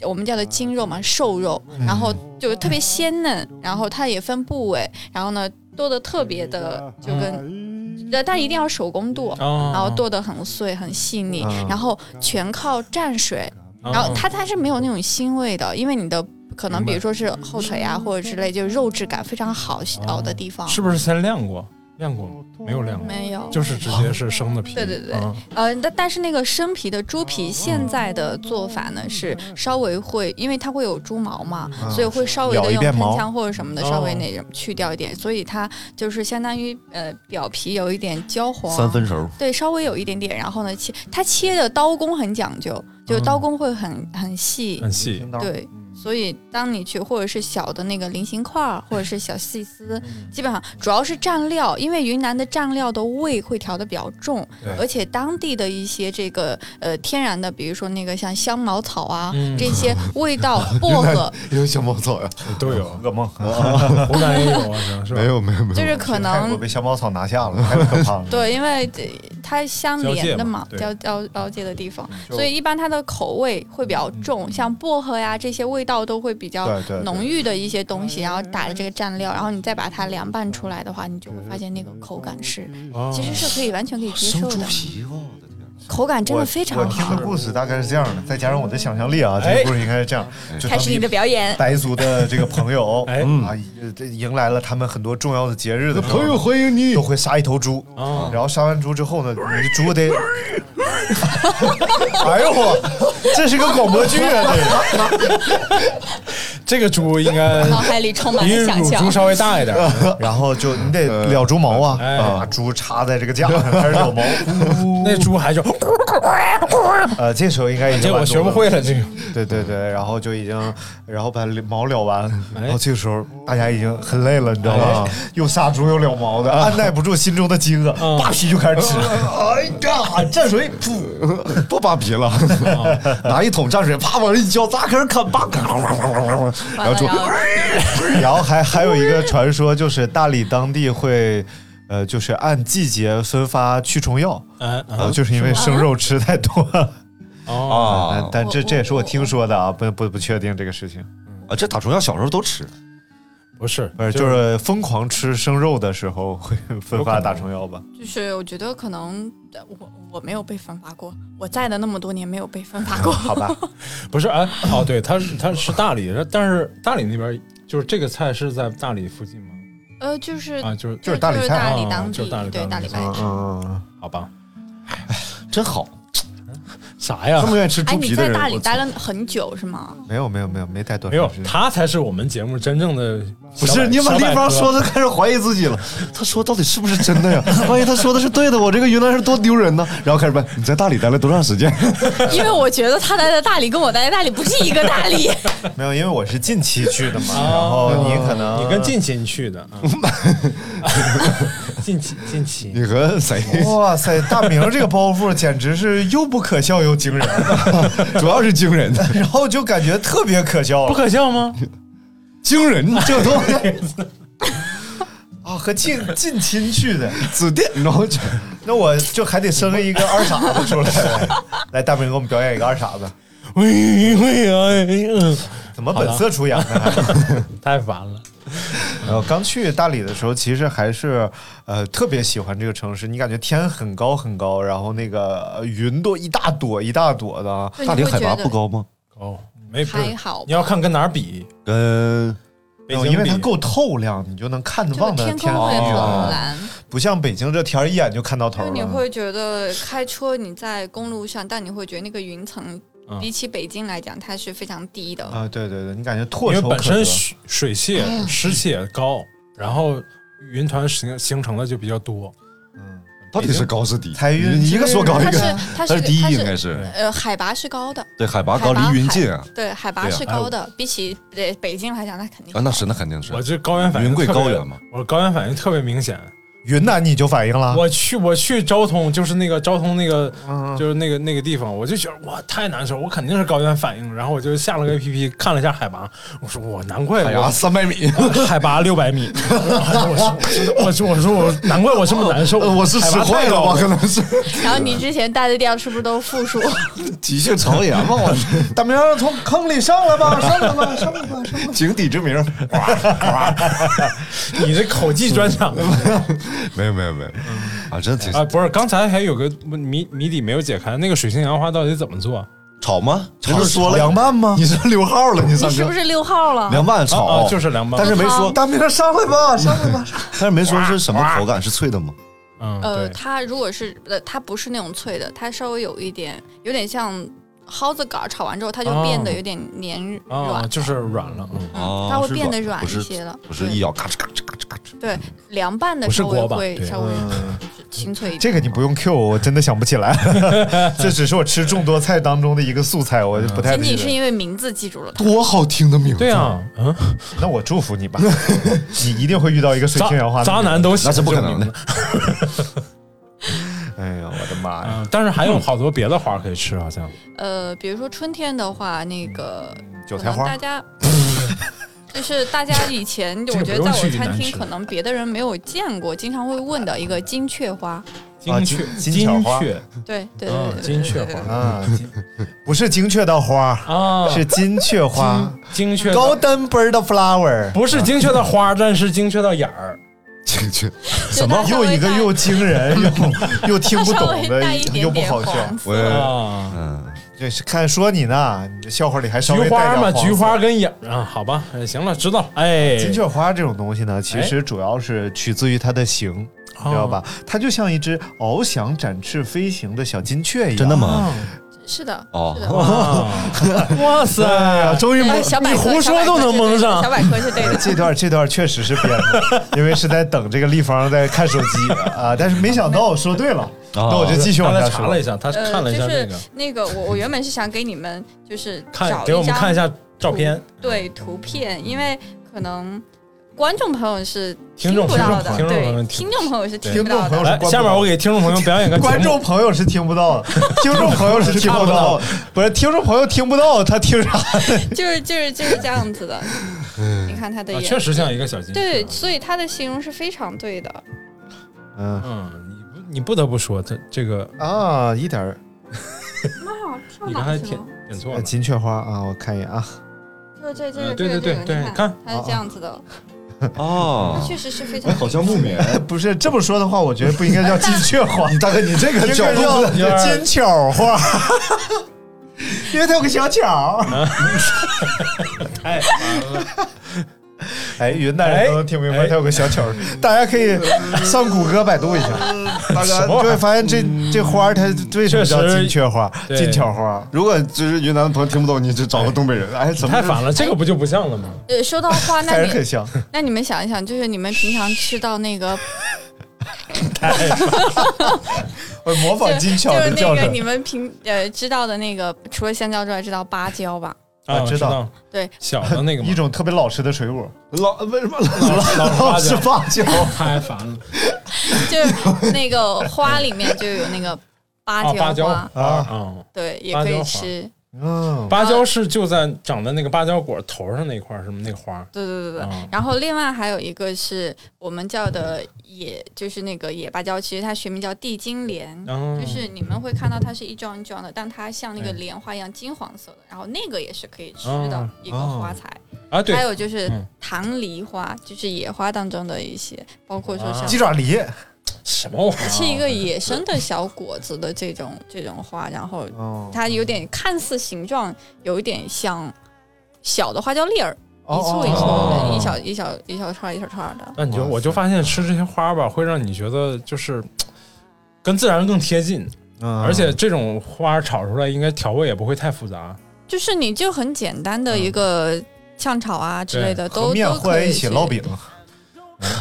我们叫的筋肉嘛，瘦肉，
嗯
嗯然
嗯
后就是特别鲜嫩，然后它也分部位，然后呢剁的特别的就
嗯
跟，呃但一定要手工剁，
哦
然后剁的很碎很细腻
嗯，
然后全靠蘸水，
哦
然后它它是没有那种腥味的，因为你的。可能
明白
比如说是后腿呀、或者之类，就是肉质感非常好熬的地方。
哦是不是先晾过？晾过吗？没有晾过，
没有
就是直接是生的皮。
哦对对对
嗯
呃，但但是那个生皮的猪皮，现在的做法呢是稍微会，因为它会有猪毛嘛，
嗯
所以会稍微
咬
的
一
用
遍
喷
毛
枪或者什么的
哦
稍微那种去掉一点，所以它就是相当于呃表皮有一点焦黄，
三分熟
对，稍微有一点点。然后呢切，它切的刀工很讲究，就是刀工会很、很细，
很细
对。
嗯
所以，当你去或者是小的那个菱形块儿，或者是小细丝，基本上主要是蘸料，因为云南的蘸料的味会调的比较重
对，
而且当地的一些这个呃天然的，比如说那个像香茅草啊、
嗯
这些味道，薄荷
也有小茅草呀，
都有
噩梦，
我感觉有啊，
没
有没有没
有就是可能
啊泰国被小茅草拿下了，太可怕了。
对，因为这它相连的嘛，
交界
交
嘛嗯
交交界的地方，
就嗯
所以一般它的口味会比较重，像薄荷呀这些味道都会比较
对对对
浓郁的一些东西，然后打的这个蘸料，然后你再把它凉拌出来的话，你就会发现那个口感是
哦
其实是可以完全可以接受的，嗯
皮哦，
口感真
我
的非常哎
我听
好
的。故事大概是这样的，再加上我的想象力啊，这个故
哎
事应该是这样。 就
开始你的表 演
白族的这个朋 友，
哎
嗯啊，这迎来了他们很多重要的节日的时候
朋友欢迎你，
都会杀一头猪。
哦
然后杀完猪之后呢，你猪得，哎呦我，这是个广播剧 啊！
这个猪应 该
脑海里充满了想象，
大一点，
然后就你得撩猪毛啊，把猪插在这个架上开始 撩 毛，
那猪还就
呃，这时候应该已经
这我
完犊子
学不会了这个。
对对
嗯
对，然后就已经，然后把毛燎完，然后这个时候大家已经很累了，你知道吗
哎？嗯
又杀猪又燎毛的，按耐不住心中的饥饿，扒皮就开始吃。哎呀，蘸水噗，
不扒皮了，拿一桶蘸水啪往上一浇，咋开始啃吧，然后就
然后还还有一个传说，就是大理当地会。呃，就是按季节分发驱虫药，
嗯
然后就是因为生肉吃太多了。
哦
嗯但但这这也是我听说的啊，不不不确定这个事情。
啊，这打虫药小时候都吃，
不是
不是，就是疯狂吃生肉的时候会分发打虫药吧？
就是我觉得可能呃我我没有被分发过，我在的那么多年没有被 分
嗯
发过，
好吧，
不是哎哦，对，它是它是大理，但是大理那边就是这个菜是在大理附近吗？
呃，就是
啊，就是
就是大理
菜啊
当
就是
地
大理
对大理白族。
嗯，
好吧，
真 好，
啥呀？
这么愿意吃
哎，你在大理待了很久是吗？
没有没有没有没待多
没有，他才是我们节目真正的
不是你把那方说的开始怀疑自己了。他说到底是不是真的呀？万一他说的是对的，我这个云南人多丢人呢。然后开始问你在大理待了多长时间？
因为我觉得他待在大理跟我待在大理不是一个大理。
没有，因为我是近期去的 嘛，然
哦
后你可能
你跟近亲去的，啊近期近期
你和谁？
哇塞，大明这个包袱简直是又不可笑又惊人，
主要是惊人，
然后就感觉特别可笑了，
不可笑吗？
惊人，这东西
啊，和近近亲去的，
紫电，然后就
那我就还得生一个二傻子出 来。来，大明给我们表演一个二傻子，
喂喂
嗯
哎，
怎么本色出演呢？
太烦了。
呃，刚去大理的时候，其实还是呃特别喜欢这个城市。你感觉天很高很高，然后那个呃云朵一大朵一大朵的啊
对。你会觉得大理海拔不
高吗？
高，哦没不是
还好吧
你要看跟哪儿比，
跟
北京比
呃因为它够透亮，你就能看得
这个
望的
天空会
黑
很
啊
蓝，
不像北京这天儿一眼就看到头
就
了。
你会觉得开车你在公路上，但你会觉得那个云层
嗯
比起北京来讲，它是非常低的。
啊，对对对，你感觉
因
唾
为
手可
本
得。
身水水汽
嗯
湿气也高，然后云团形形成的就比较多。嗯，
到底是高是低？
彩
云一个说高，一
它是
个
它
但
是
低
它
应该是
呃海拔是高的，
对海拔
海
高，
拔
离云近啊
海。对，海拔
对啊
是高的，比起北北京来讲，那肯定
啊，那是那肯定是。
我这高原反应
云贵
特别
高原嘛，
我高原反应特别明显。
云南你就反应了，
我去我去昭通，就是那个昭通那个、就是那个那个地方，我就觉得哇太难受，我肯定是高原反应。然后我就下了个 APP 看了一下海拔，我说我难怪
海
啊
拔300米，
海拔六百米， 我说我说我说我难怪我这么难受，我
是使坏了吧可能是。
然后你之前待的地方是不是都是负数？
急性肠炎嘛，我
大明儿从坑里上来吧，上来吧，上来吧。
井底之名。
你这口技专场
没有没有没有，啊，真挺
啊，不是，刚才还有个问谜谜底没有解开，那个水性杨花到底怎么做？
炒吗？
人家说了
凉拌吗？你是溜号了，你
你是不是六号了？
凉拌炒、
啊啊就是凉拌
但是没说
汤，
但
明上来 吧，上来吧。
但是没说是什么口感，是脆的吗？
嗯
呃，它如果是呃，它不是那种脆的，它稍微有一点，有点像蒿子杆儿炒完之后，它就变
哦
得有点黏软，
啊，就是软了，
哦
嗯它会
是
变得
软
软
不是
一些了
不是一咬嘎吱嘎吱嘎吱嘎吱。
对，凉拌的
不是
稍微
锅巴
会
对
稍微
嗯
清脆一点。
这个你不用 Q，我真的想不起来， 这只是我吃众多菜当中的一个素菜，我就不太
仅
记
仅是
得。
因为名字记住了它。
多好听的名字！
对啊，嗯，
那我祝福你吧，你一定会遇到一个水性杨花的
渣
人
渣男都喜欢
那是不可能的
这种名字。
哎呀，我的妈呀！
嗯但是还有好多别的花可以吃，好像
呃，比如说春天的话，那个
韭
可
菜
能
花
大家就是大家以前，
这个
我
不
觉得
用
在
去
我
云
餐
南
厅
吃
可能别的人没有见过，经常会问的一个金雀花。
啊
金雀
金金巧花
雀
对对对
嗯，
对，
金雀花
啊，金不是精确的花
啊
是金雀花
精确到
，Golden Bird Flower，
不是精确到花，但是精确到眼儿。
精确
什么？又一个又惊 人又又听不懂的
它稍微带一，点
又不好笑
点黄。
我
啊
嗯，
这是看说你呢，你这笑话里还稍
菊
微带
花
点
嘛，
黄色
菊花跟眼儿啊，好吧，哎行了，知道了。哎，
金雀花这种东西呢，其实主要是取自于它的形，
哦
你知道吧？它就像一只翱翔、展翅飞行的小金雀一样。
真的吗？
是的，
哦
是的。
啊 哇塞，
啊终于
哎
蒙
小百
你
科
胡
小
说
百
都
科
能
是
蒙
对的
上
小百科是对的。
这段这段确实是编的，因为是在等这个立方在看手机啊，但是没想到我说对了，那我就继续往
哦刚
下
才
说
查了一 下，他看了一下
呃
这
就
个
是，那个，我我原本是想给你们就是找
看给我们
张
看一下照片。
嗯
对图片，因为可能观众朋友是
听众
不到的，
听众朋友听
对，听众朋友是听
听
不
众
到
朋友
的。
是
来
关，不
下面
到
我给听众朋友表 演个节目
观众朋友是听不到的，听众朋友是听不到的，不是听众朋友听不到，他听啥？
就是就是就是这样 子的。你看他的
啊
眼，
确实像一个小金。啊
对，所以他的形容是非常对的。
嗯
嗯，你不你不得不说，这这个
啊，一点儿
妈呀，跳
你刚才点点错了。
金雀花啊，我看一眼啊，
就这这
嗯
个
对
这个
对
这个
对
你
对看
看他是这样子的，
哦
他，确实是非常
好 像木棉。
不是这么说的话，我觉得不应该叫金雀 花，
大哥，你这
应
个
该
角度
叫
有点
金巧 花，因为它有个小巧。
哎，
哎，云南人都能听明白，它有个小巧， 大家可以上谷歌百度一下，嗯大家就会发现这这花儿它为什么叫
确实
金雀花、
对
金巧花？
如果就是云南的朋友听不懂，你就找个东北人。哎，怎么
太烦了，这个不就不像了吗？
呃，说 到花，那
还是
你
很像。
那你们想一想，就是你们平常吃到那个，
我呃
啊
模
就
仿金巧
就是
的叫
那个
声
你，们平呃知道的那个，除了香蕉之外，知道芭蕉吧？
啊，
哎知道
对，
小的那个嘛
一种特别老实的水果。
老为什么
老
老
花
实
椒，
芭 蕉，
太烦了。
就是那个花里面就有那个芭
啊，
蕉花，
芭蕉
花
啊，
对，也
芭
可
蕉
以
花
吃。
嗯，
芭蕉是就在长在那个芭蕉果头上那块儿，什么那个花？
对对对对，
嗯
然后另外还有一个是我们叫的野，就是那个野芭蕉，其实它学名叫地金莲，
嗯
就是你们会看到它是一幢一幢的，但它像那个
嗯
莲花一样金黄色的，然后那个也是可以吃的
嗯
一个花材。
啊，对
还，有就是
嗯
棠梨花，就是野花当中的一些，包括
啊
说像
鸡爪梨。
什么玩意儿？
是
哦
一个野生的小果子的这种这种花，然后
哦，
它有点看似形状有一点像小的花椒粒儿，
哦
一簇一簇的，一小一小一小串儿一小串儿的。
那你就我就发现吃这些花吧，会让你觉得就是嘖跟自然更贴近，
嗯
而且这种花炒出来应该调味也不会太复杂。
就是你就很简单的一个炝炒啊之类的，
嗯和
都
面
都
和
可
在
以
一起
去
烙饼，啊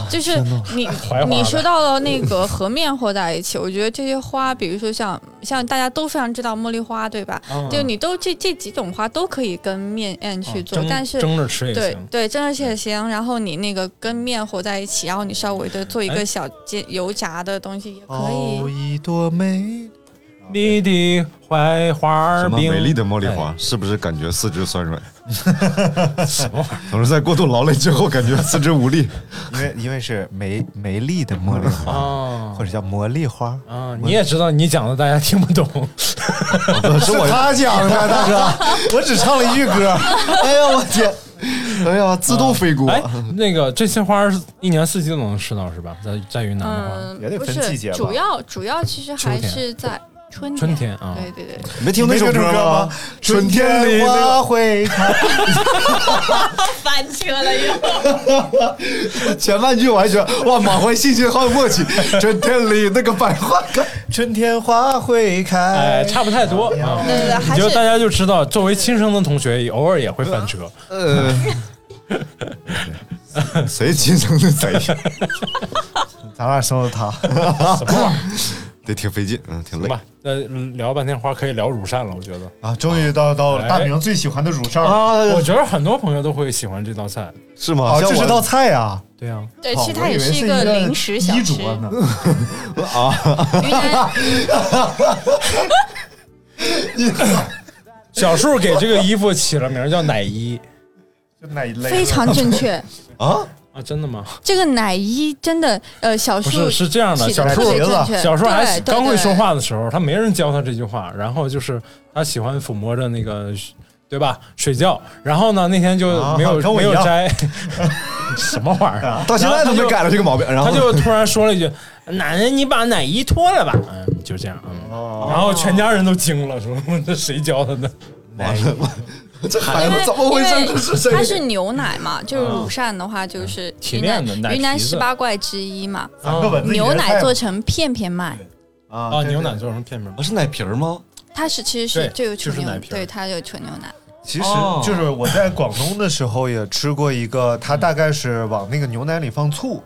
就是 你
怀
你
花
说
呗
到了那个和面和在一起，我觉得这些花，比如说像像大家都非常知道茉莉花，对吧？
嗯
就你都这这几种花都可以跟面嗯去
哦
做，
蒸
但是
蒸着吃也
对
行嗯
对，蒸着吃也行。然后你那个跟面和在一起，然后你稍微的做一
哎
个小煎油炸的东西也可以。
哦，一朵美
丽的槐花
什么
饼，
美丽的茉莉
哎
花，是不是感觉四肢酸 软？总是在过度劳累之后，感觉四肢无 力。
因为因为是梅梅丽的茉莉花，或者叫魔力花。
啊，你也知道，你讲的大家听不懂，
是我
他讲的，大哥，我只唱了一句歌。哎呀，我天！哎呀，自动飞锅。
哎，那个这些花是一年四季都能吃到是吧？在在云南的话，
嗯
哦也得，
不
分季节
是，
吧
主要主要其实还
秋天
是在春
春天啊
对对对，
没听过那首歌吗？春天里花会开。
翻车了又。
前半句我还觉得哇，满怀信心，好有默契。春天里那个百花开，春天花会开
哎，差不太多啊。
对对对还
你
是
就大家就知道，作为亲生的同学，偶尔也会翻车。
呃， 谁亲生的谁？
咱俩生了他，
什么玩意儿
得挺费劲，嗯，挺累。
吧？那嗯聊半天花可以聊乳扇了，我觉得
啊，终于到到
哎
大明最喜欢的乳扇
啊，
了
呃
我觉得很多朋友都会喜欢这道菜。
是吗
啊，
像
这
我
是道菜啊。
对呀，
对，
好
其实它
我以
也
为
是
是
一
一
个
个
零食小吃。
啊
嗯
小树给这个衣服起了名儿叫奶衣
就哪一类
非常正确。
啊
啊，真的吗？
这个奶衣真的，呃，小
不
树
是，是这样的，
起
小
得
树
特别正确
啊小树还
对对
刚会说
对
话的时候，他没人教他这句话，然后就是他喜欢抚摸着那个，对吧？睡觉，然后呢，那天就
啊
没有
跟我
没
一样
有摘， 什么玩意儿？
到现在都没改了这个毛病。然
然后
后
他就他就突然说了一句：“奶奶，你把奶衣脱了吧。”嗯，就这样。嗯然后全家人都惊了，说：“这谁教他的？”
完了，这
因
孩
为
子怎么回
因
事？
为
这是谁？
它是牛奶嘛，就是乳扇的话，就是
嗯提
云南
炼的奶皮子
云南十八怪之一嘛。
三个蚊子一人
牛奶
菜
做成片片卖，
啊
啊，牛奶做成片面包。
哦是奶瓶吗？
它是其实是
对
就有纯
就是
牛
奶
奶，
皮儿
对，它有纯牛 奶。
其实就是我在广东的时候也吃过一个，它大概是往那个牛奶里放醋，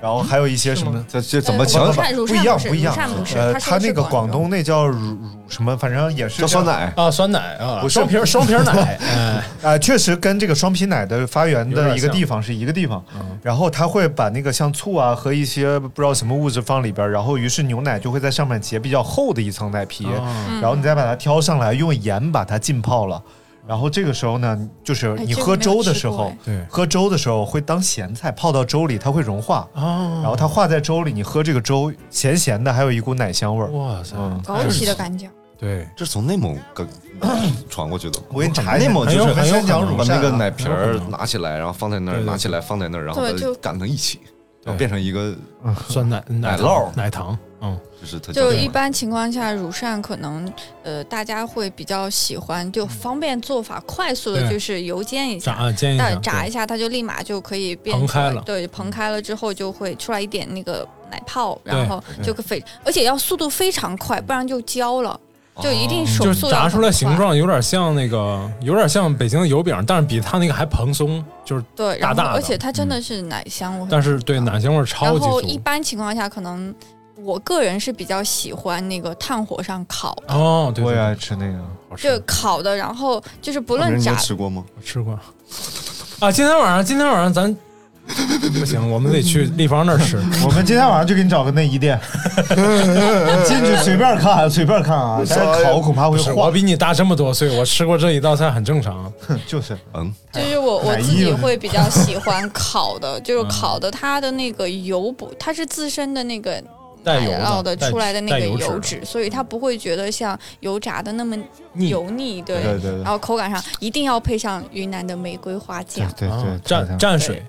然后还有一些什么。
这这怎么
呃
讲
乳？扇乳
不
扇
一样，
是
不一样
乳扇不。是，
呃，它
它说的
那
是
个广
东
东那叫乳乳什么，反正也是
叫酸
这样
奶。
啊，酸奶啊，
不是
双瓶双瓶奶，哎，
啊，确实跟这个双皮奶的发源
有
的
点
一个
像嗯
地方是一个地方。然后它会把那个像醋啊和一些不知道什么物质放里边儿，然后于是牛奶就会在上面结比较厚的一层奶皮，
哦
然后你再把它挑上来，用盐把它浸泡了。然后这个时候呢，就是你喝粥的时候
哎，
这个没有吃过哎对
喝粥的时候会当咸菜泡到粥里，它会融化，
嗯
然后它化在粥里，你喝这个粥咸咸的，还有一股奶香味儿。
哇塞，
嗯，
枸杞的感觉。
对，
这是从内蒙呃跟传过去的吗？
我给你查一
内
下
蒙就是
很有很有
先讲
可能
把那个奶
很
瓶
有可
儿
能
拿起来，然后放在那儿，
对对
拿起来放在那儿，然后
对
把它
就
擀成一起，然
对
后变成一个，
酸奶
奶酪
奶糖，嗯，
就是它叫
就
什
一
么
般情况下，乳扇可能呃大家会比较喜欢，就方便做法，快速的
嗯对
就是油煎一下，
炸煎一下
但，炸一下，它就立马就可以变
膨
出来
开了嗯
对，膨开了之后就会出来一点那个奶泡，
对
然后就可非，而且要速度非常快，不然就焦了，就一定手
哦就
速要
炸
很
出来形
快，
状有点像那个，有点像北京的油饼，但是比它那个还蓬松，就是
对，
大
然后
大的嗯
而且它真的是奶香味，
但是对奶香味儿超
然
级
后一
足。
般情况下可能。我个人是比较喜欢那个炭火上烤，
哦，对，
我
对
也
啊
对
爱吃那个。
好吃
就烤的，然后就是不
大明
论
你有
炸
吃过吗？
我吃过啊。今天晚上，今天晚 上咱不行，我们得去立方那儿吃。
我们今天晚上就给你找个内衣 店，进去随便看，随便看啊！但
哎
是烤恐怕会
不是，
化
我，比你大这么多岁，我吃过这一道菜很正常。
就是
嗯，
就是我我
奶
自
油
己
的
会比较喜欢烤的，就是烤的它的那个油不，它是自身的那个
带油
奶酪
的
的
带
出来的那
带
个
油
油
脂
脂，所以它不会觉得像油炸的那么
腻
油腻，对。
对对对
然后口感上一定要配上云南的玫瑰花
对
酱，
对对，
啊蘸蘸水，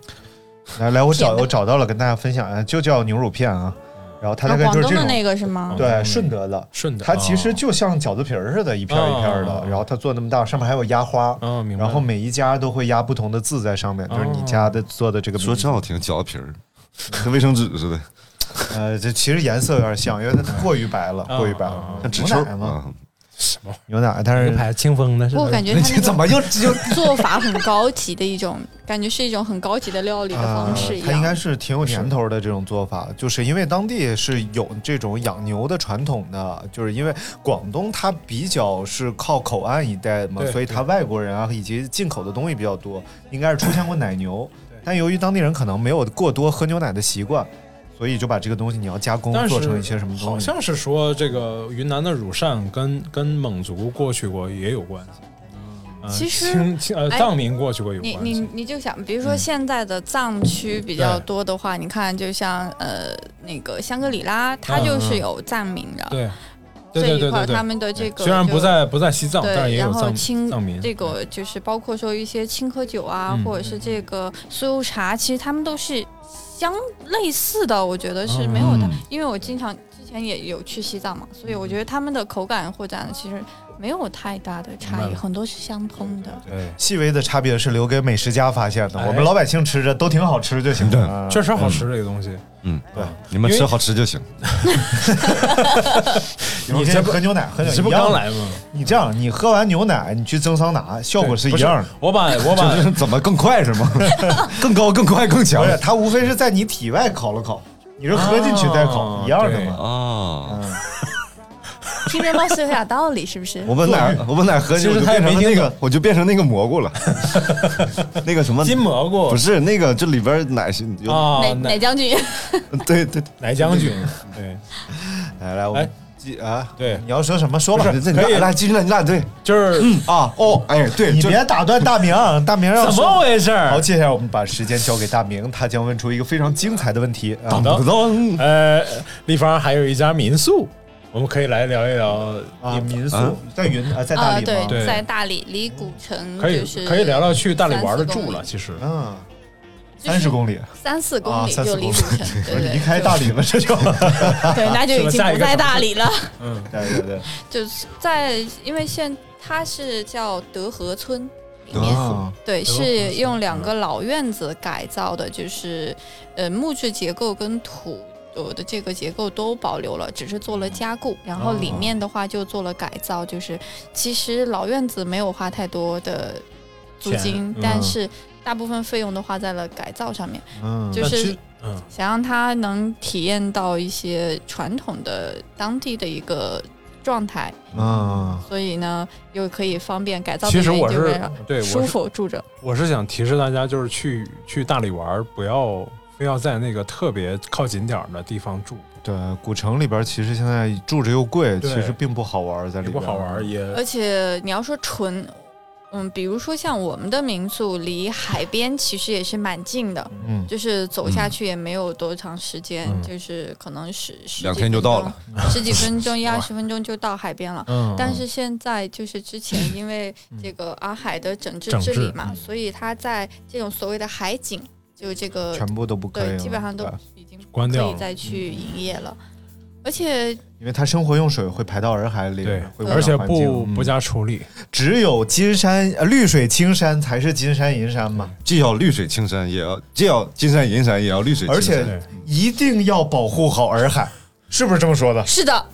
来来，我找
甜的
我找到了，跟大家分享啊，就叫牛乳片啊。然后它大概就是这
啊广东
种嗯
的那个是吗
对，顺德的，
顺
德，它其实就像饺子皮儿似的，一片儿一片儿的，然后它做那么大，上面还有压花，
嗯，明
然后每一家都会压不同的字在上面，就是你家的做的这个名字。
嗯说真好听，饺子皮儿跟卫生纸似的，
呃，这其实颜色有点像，因为它过于白了，过于白了，像
纸
牛
抽
奶嘛，
啊，
什么
牛奶，但是
牌清风的是吧
我感觉他那个
怎么又又
做法很高级的一种，感觉是一种很高级的料理的方式一
呃啊它应
样。
该是挺有年头的这种做法，就是因为当地是有这种养牛的传统的，就是因为广东它比较是靠口岸一带嘛
对，
所以它外国人啊以及进口的东西比较多，应该是出现过奶 牛，但由于当地人可能没有过多喝牛奶的习惯，所以就把这个东西你要加工
但是
做成一些什么
好
东西。
像是说这个云南的乳扇跟跟蒙族过去过也有关系，嗯
其实
清清呃
哎
藏民过去过有
你
关系，
你你就想，比如说现在的藏区比较
对
多的话，你看就像呃那个香格里拉，它
嗯
就是
嗯
有藏民的，
对对对
这
对
一块
对
儿
对，
他们的这个
虽然
就
不在不在西藏，但是
对，
也有
然后
藏
清
藏民
这个就是包括说一些青稞酒啊，
嗯
或者是这个酥油茶，其实他们都是相类似的，我觉得是没有的。
嗯
因为我经常之前也有去西藏嘛，所以我觉得他们的口感或者其实没有太大的差
明
异，
白了
很多是相通的。
细微的差别是留给美食家发现的，
哎
我们老百姓吃着都挺好吃就行了。啊
确实好吃这个东西。
嗯，
对，
你们吃好吃就行。
你这喝牛奶，喝牛奶
你这不
一样
刚
的
来吗？
你这样，你喝完牛奶，你去蒸桑拿，效果是一样的。
我 把我把
就是怎么更快 是吗？更高、更快、更强
不是，它无非是在你体外烤了烤，你是喝进去再烤，
啊
一样的嘛。
啊！
听着貌似有点道理，是不是？
我把奶，我把奶喝进去，
其
我
实
就
他也
变
没
成了
听
那
懂
个，我就变成那个蘑菇了，那个什么
金蘑菇
不是那个，这里边奶是有，
啊
哪哪将军？
对对，
奶将军，对，
来来，我
哎
们记啊，
对
你要说什么说吧
不，是这你
可以
俩来继续来，你俩对
就是
啊哦，哎对，
你
就
别打断大明，大明让
怎
说
么。回事儿
好，？接下来我们把时间交给大明，他将问出一个非常精彩的问题。啊
的
噔噔
呃，立方还有一家民宿，我们可以来聊一聊
啊，民宿
啊
在云啊，在大
啊，
理吗？
对
在大理离古城
可以
就是
可以聊聊去大理玩的
三四公
住
里
了，其实
嗯，
就是
三十公里，
三四公
啊
里
三四
就离
公
古
里
城，对 对
离开大理了，这就。
对，那就已
是
经
吧下一
不
个
在
城
大理了。
对对对，
就是在因为现它是叫德和村里面，
啊
对，
德和村嗯
是用两个老院子改造的，就是呃木质结构跟土。呃的这个结构都保留了，只是做了加固，然后
哦
里面的话就做了改造。就是其实老院子没有花太多的租
钱
金
嗯，
但是大部分费用都花在了改造上面，
嗯，
就
那其
是
实嗯
想让他能体验到一些传统的当地的一个状态。
嗯，
所以呢，又可以方便改造
其
的
实
原因
我
就是为
是
了
对我
舒
是
服住着。
我是想提示大家，就是去去大理玩，不要非要在那个特别靠近点儿的地方住，
对，古城里边其实现在住着又贵，
对
其实并不好玩，在里
也
边
不好玩，也
而且你要说纯，嗯，比如说像我们的民宿离海边其实也是蛮近的，
嗯，
就是走下去也没有多长时间，
嗯
就是可能十十
两
几
天就
分
到
钟，十几 分钟一二十分钟就到海边了。
嗯，
但是现在就是之前因为这个洱海的整治
整
治理
治
嘛，
嗯
所以它在这种所谓的海景，就这个
全部都不可以
对，
了，
基本上都
对
已经
关掉
可以
了
再去
嗯
营业了。而且
因为它生活用水会排到洱海里，
对
会，污染
而且
环境
不
嗯
不加处理，
只有金山呃绿水青山才是金山银山嘛，
既要绿水青山，也要既要金山银山，也要绿水青
而
山。
且一定要保护好洱海，是不是这么说的？
是的，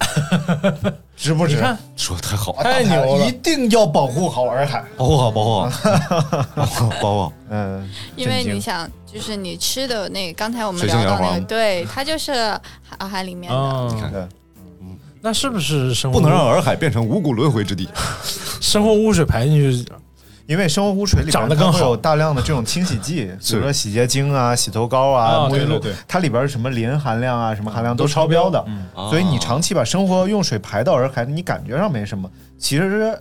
值不值？啊
你看哎
说得太好啊了，
太牛了
一定要保护好洱海。
保护好，保护 好，保护好，保护好。
嗯，
因为
震惊
你想，就是你吃的那刚才我们
水性
聊到
杨
那个，
花
对，它就是海海里面的。
啊，
看
那是不是生活
不能让洱海变成五谷轮回之 地。
生活污水排进去？
因为生活污水里边
长得更好
它会有大量的这种清洗 剂，比如说洗洁精啊、洗头膏啊、
啊
沐浴露
对对对，
它里边什么磷含量啊、什么含量
都
都
超
超标的，
嗯
哦
所以你长期把生活用水排到洱海，你感觉上没什么，其实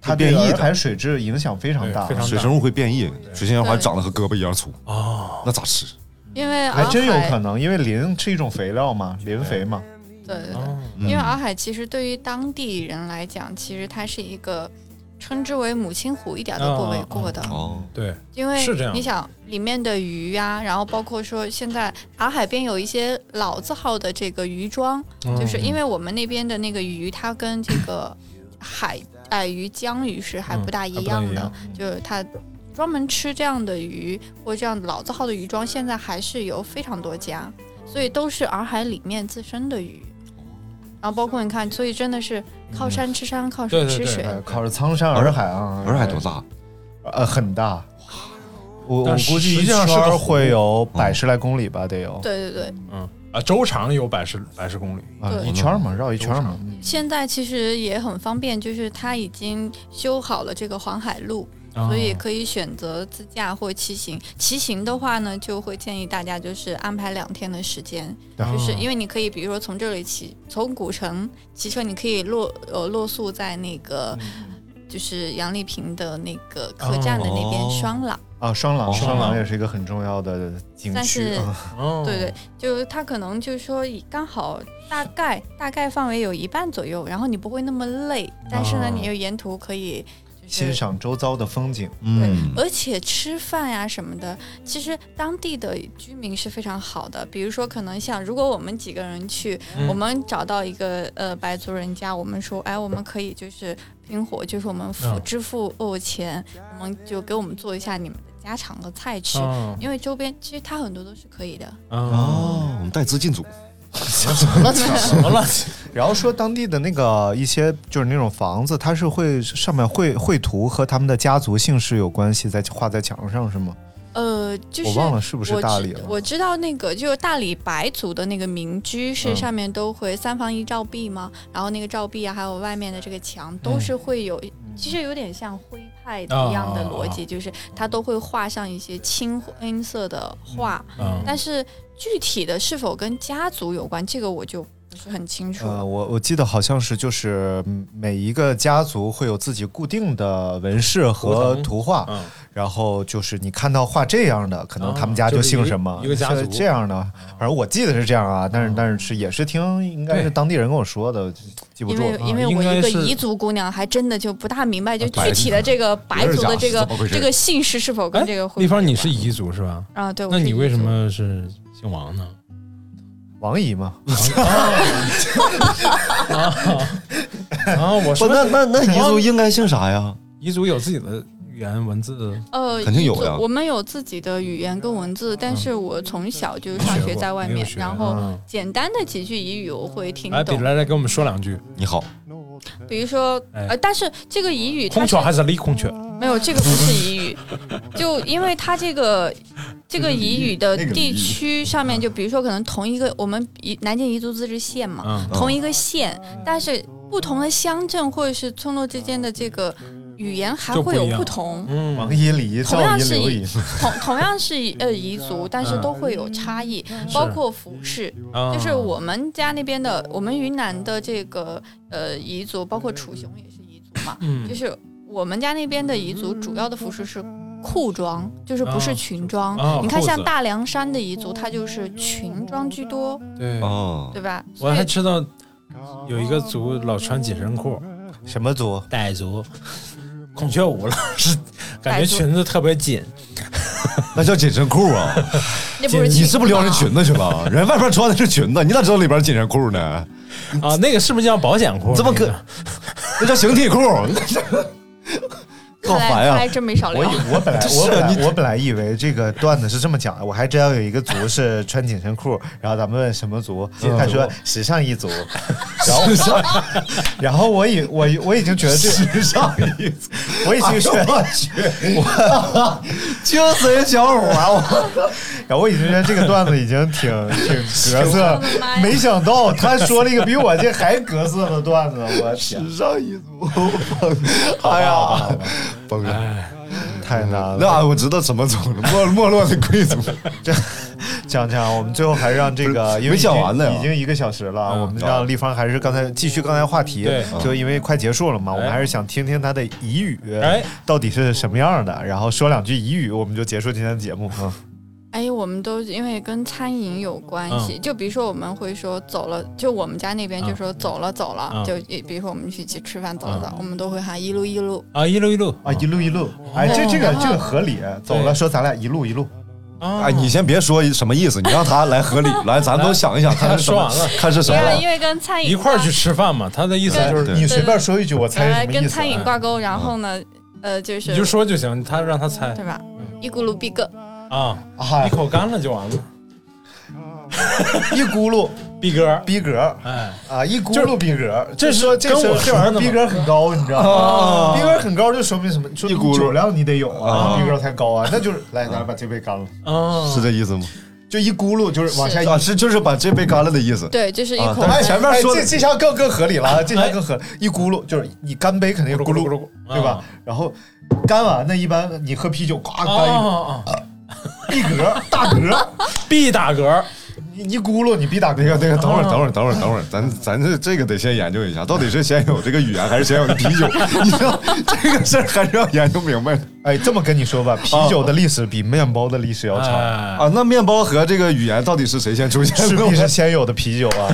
它对
变异
洱
的
海水质影响非常大，
对非常
啊水生物会变异，水性杨花
对
长得和胳膊一样粗，
哦，
那咋吃？
因为
还
洱
真有可
海，
能，因为磷是一种肥料嘛，磷肥嘛。
对对对，
哦
嗯
因为洱海其实对于当地人来讲，其实它是一个称之为母亲湖一点都不为过的。
哦，
对，
因为
是这样。
你想里面的鱼呀、然后包括说现在洱海边有一些老字号的这个鱼庄，
嗯
就是因为我们那边的那个鱼，它跟这个海哎鱼江鱼是还不大一样
嗯还不大一
的
样，
就是它专门吃这样的鱼或这样老字号的鱼庄，现在还是有非常多家，所以都是洱海里面自身的鱼。然后包括你看，所以真的是
嗯
靠山吃山，靠水吃水。
哎靠着苍山洱海啊，
洱海多大？
呃，很大。我我
但
估计
实
一
际上是
圈
个
儿
湖
会有百十来公里吧，得有。
对对对，
嗯啊，周长有百十百十公里
啊
对
一圈儿嘛，绕一圈儿嘛。
现在其实也很方便，就是它已经修好了这个环海路，
哦
所以可以选择自驾或骑行。骑行的话呢，就会建议大家就是安排两天的时间，
对
哦
就是因为你可以比如说从这里骑，从古城骑车，你可以落呃落宿在那个。就是杨丽萍的那个客栈的那边
嗯哦
双廊，
啊，双廊，
哦
双廊也是一个很重要的景
但
区
是
啊。
对对，就是它可能就是说以刚好大概大概范围有一半左右，然后你不会那么累，但是呢，
哦
你又沿途可以
欣赏周遭的风景。
嗯，而且吃饭呀、什么的，其实当地的居民是非常好的。比如说，可能像如果我们几个人去，
嗯
我们找到一个呃白族人家，我们说，哎，我们可以就是拼火，就是我们付
嗯
支付哦钱，我们就给我们做一下你们的家常的菜吃，
嗯
因为周边其实它很多都是可以的。
哦，我们带资进组，
然后说当地的那个一些就是那种房子，它是会上面绘绘图和他们的家族姓氏有关系，在画在墙上是吗？
呃，就是
我忘了是不是
我
大
知
理了
我知道那个就是大理白族的那个民居是
嗯
上面都会三房一照壁嘛，然后那个照壁啊，还有外面的这个墙都是会有，其实有点像徽派的一样的逻辑，
啊
就是它都会画上一些青灰色的画，
嗯
但是具体的是否跟家族有关，这个我就不是很清楚。
呃，我我记得好像是就是嗯每一个家族会有自己固定的纹饰和
图腾
图画，
嗯
然后就是你看到画这样的，可能他们家
就是
姓
一
什么，
一个家
啊是
族
这样的。反正我记得是这样啊，但是但是是也是听应该是
对
当地人跟我说的，记不
因
住
为
了。
因为我一个彝族姑娘还真的就不大明白，就具体的这个白族的
白
这个
族怎么回事哎
这个姓氏是否跟这个会
立方，你是彝族是吧？
啊对我
那
是
你
彝
为什
族
么是姓王呢？
王彝嘛。
啊，我说
不那那那彝族
彝
应该姓啥呀？
彝族有自己的语言文字，
呃，
肯定有
彝族
的
我们有自己的语言跟文字，但是我从小就是上学在外
没有
面，
学
然后
嗯
简单的几句彝语我会听
来，比
懂，
来来给我们说两句。
你好，
比如说，
哎
呃，但是这个彝语它
孔
是
雀还是李孔雀？
没有这个不是彝语，就因为它这 个这个彝语的
那个
地
彝
区上面，就比如说可能同一个我们彝南京彝族自治县嘛
嗯，嗯
同一个县，但是不同的乡镇或者是村落之间的这个语言还
就不
会有
一样
不同，
嗯，王彝、李
同
赵
样
彝、
是
刘
以
彝。
同同样是以呃彝族，但是都会有差异，包括服饰，
嗯
啊
就是我们家那边的，我们云南的这个呃彝族，包括楚雄也是彝族嘛，
嗯
就是我们家那边的彝族主要的服饰是。裤装就是不是
啊
裙装，
啊
你看
裤子
像大凉山的彝族，它就是裙装居多，
对
哦
对吧？
我还知道有一个族老穿紧身裤，
什么族？
傣族，孔雀舞了，是感觉裙子特别紧，
那叫紧身裤 啊！
那
不是
你是不是撩人裙子去 了？人外边穿的是裙子，你咋知道里边紧身裤呢？
啊，那个是不是叫保险裤？
这么可，那叫形体裤。
看来
好烦
啊
呀
看来真没少
我
聊。
以我 本来我本来我本来以为这个段子是这么讲的，我还知道有一个族是穿紧身裤，然后咱们问什么族，
嗯
他说时尚一 族，然后然后我已我我已经觉得这时尚一族，我已经觉
哎呦我
得 我精神小伙啊，我然后我已经觉得这个段子已经挺挺格色，没想到他说了一个比我这还格色的段子，我天，时尚一 族，哎呀，
崩了，
太难了。
那我知道怎么走了，没没落的贵 族。
这 讲讲，我们最后还让这个，
不是
因为已经
没讲完呢
已经一个小时了。我们让立方还是刚才继续刚才话题
对，哎
就因为快结束了嘛，我们还是想听听他的彝语，哎，到底是什么样的，然后说两句彝语，我们就结束今天的节目啊。
哎，我们都因为跟餐饮有关系，
嗯
就比如说我们会说走了，就我们家那边就说走了走了，
嗯
就也比如说我们去一起吃饭走了走了，我们都会喊一路一路。
啊，一路一路
啊，一路一路，哎，这这个
然后
这个合理，走了说咱俩一路一路。
哎
啊，
你先别说什么意思，你让他来合理，来，咱都想一想，看是什
说
么
完了，
看是什
对啊，
么。
因为跟餐饮
一块儿去吃饭嘛，他的意思
对
就是
你随便说一句，我猜
呃
是什么意
跟
思
餐饮
哎
挂钩，然后呢，呃，就
嗯
是
你就说就嗯行，他让他猜
对吧？一咕噜比个，
啊
啊，
一口干了就完了。
一咕噜
逼格，
逼格，
哎
啊，一咕
就
噜逼格，
这
就说哦这
跟我
是
这玩意儿呢
逼格很高，你知道
啊
吗？逼格很高就说明什么？说
一
你
咕噜
酒量你得有啊，
啊
逼格才高啊，那就是来，咱俩把这杯干了，
啊，
这意思吗？就一咕噜就是往下
是
啊，是就是把这杯干了的意思。
对，就是一
啊
口
哎，
干。
前面说这这下更更合理了，啊这下更合理。一咕噜就是你干杯肯定咕噜咕噜，啊对吧？然后干完那一般你喝啤酒，呱干一个
啊，
一格大格，
必打嗝，
你你咕噜你必打嗝。
那个那个，
哦
等会儿等会儿等会儿等会儿，咱咱这这个得先研究一下，到底是先有这个语言还是先有的啤酒？你知道这个事儿还是要研究明白的。
哎，这么跟你说吧，啤酒的历史比面包的历史要长
哎
啊，那面包和这个语言到底是谁先出现 的？
势 必是先有的啤酒啊，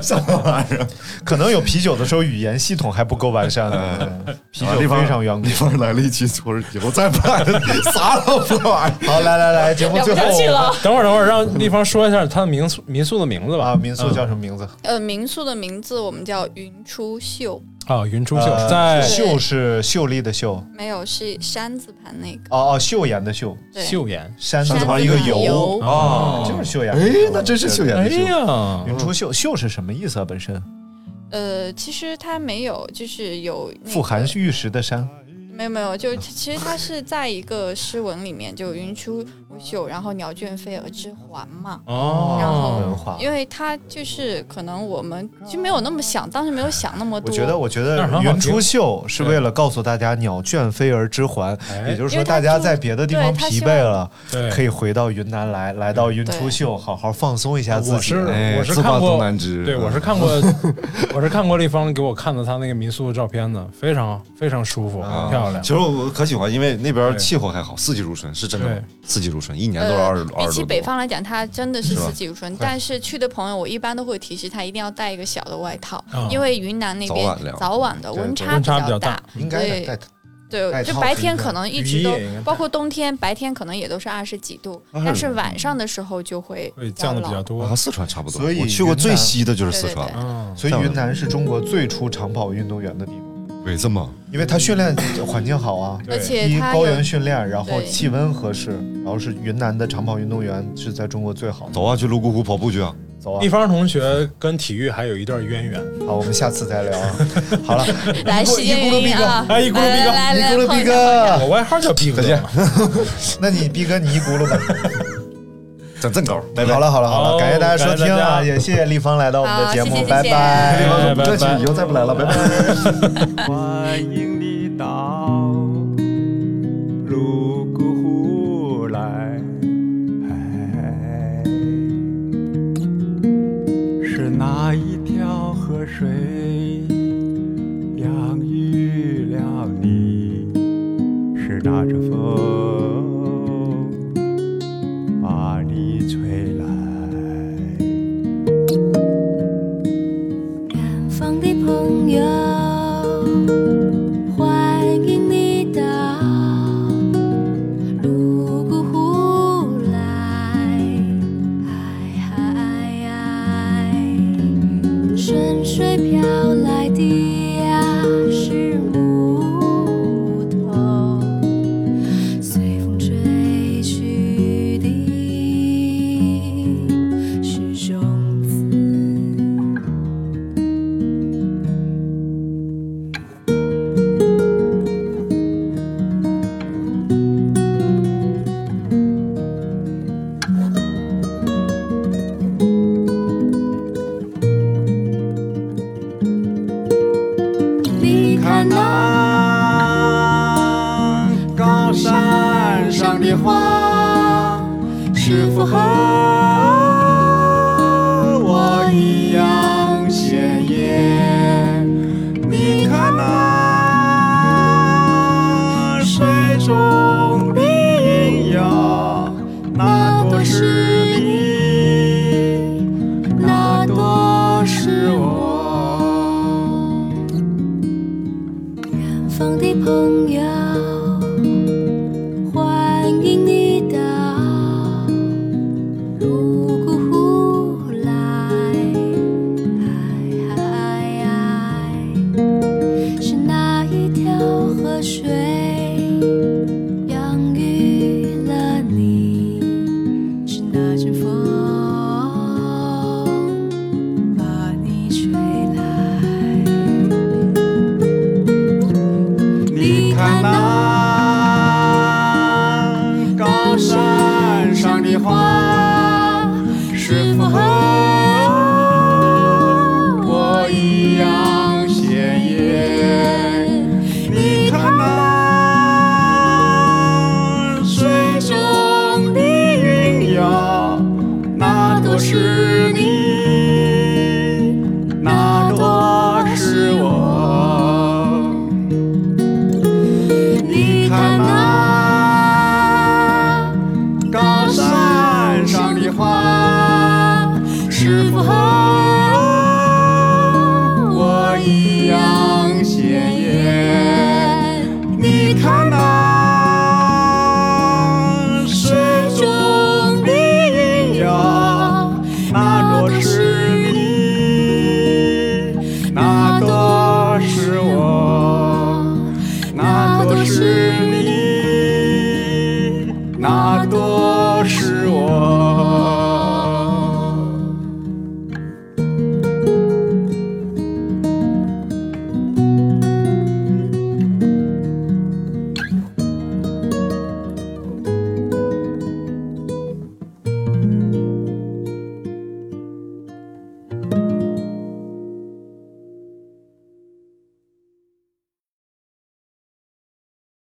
什么玩意儿？
可能有啤酒的时候语言系统还不够完善， 啤酒非常远古。
哎啊地方来了一 期村儿，以后再办啥老破玩意儿？
好，来来来，节目最后
了不起了
等会儿等会儿让立方说一下他的民宿民宿的名字吧。
啊，民宿叫什么名字？
呃，民宿的名字我们叫云出秀，
啊，云
嗯
出秀
呃
在
秀是秀丽的秀，
没有是山字旁那个。
哦哦，秀妍的秀，
对
秀妍。
山
山
字
字
旁
旁
一个
一个
游
游
啊，就是秀妍。
哦哎，那真是秀妍
哎
的秀。嗯
呀，
云出秀，秀是什么意思啊？本身
呃，其实它没有，就是有那个
富含玉石的山，
没有没有，
嗯
就其其实它是在一个诗文里面，就云出无秀，然后鸟倦飞而知还嘛。
哦，
然后
文化。
因为它就是可能我们就没有那么想，当时没有想那么
我
啊多。
觉得，我觉得
但是很好
云出秀是为了告诉大家“鸟倦飞而知还”，
哎
也就是说，大家在别的地方疲惫了，
对，
可以回到云南来，来到云出秀，好好放松一下自己。
我是
哎
我是
自
看
挂
过
东南枝
对
嗯
我是看过，我是看过立方给我看的他那个民宿的照片的，非常非常舒服，
啊
很漂亮
其。实我可喜欢，因为那边
对
气候还好，四季如春，是真
对
的四季如春，一年都是二
呃
十，二
比
十
起
多
北
度。
方来讲，它真的是
吧
四季如春。但是去的朋友，我一般都会提示他一定要带一个小的外套，
啊
因为云南那
哦早
边
晚凉
早晚的
对
温
对
差
温差
比
比较
较
大
大，
应该
对
的，带带
对，就
套啊
白
是
天
吧
可能一
雨
直
衣
都
也应该，
包括冬天白天可能也都是二十几度，但是晚上的时候就会
会
较
降的比较
冷。
多
啊，和。四川差不多。
所以
我去过最西的就是
对
四
对
川，
对
嗯，
所以云南是中国最出长跑运动员的地方，
为什么？
因为它训 练环境好啊，
而且
一
它
高
有
原训练，然后
对
气温合适，然后是云南的长跑运动员是在中国最好的。
走啊，去泸沽湖跑步去啊！
走啊
立，方同学跟体育还有一段渊源。
好，我们下次再聊啊。好 了，
来，
一咕
时
一
间
咕噜
原
逼
因
哥
啊，
哎一咕噜逼哥
来
一
来
咕
来，
噜
碰
逼
一下
哥
我，外号叫逼哥
再见
嘛，
那你逼哥你一咕噜吧。
整正高，拜拜。
好了好了好
好
了，感谢大家收听
感谢大
啊，
家
也谢谢立方来到我们的
好
节目，
谢谢
拜
谢谢
拜。
拜拜
这期
拜拜
以后再不来了，拜拜。
欢迎你到泸沽湖来，哎是哪一条河水养育了你？是哪阵风把你吹来？
南方的朋友，欢迎你到泸沽湖来，哎哎哎，顺水飘来的呀是木头，随风吹去的是种子。你看
那高山上的花，是否和我一样鲜艳？你看那水中的银芽，那多
位朋友，欢迎你到泸沽湖来，哎哎哎，是哪一条河水养育了你？是那阵风把你吹来。
你看那高山上的花，是否和我一样鲜艳？你看那水中的云呀，那朵是你，那朵是我。你看那高山上的花，是否和我一样鲜艳？你看那水中的云呀，那朵是你，那朵是我。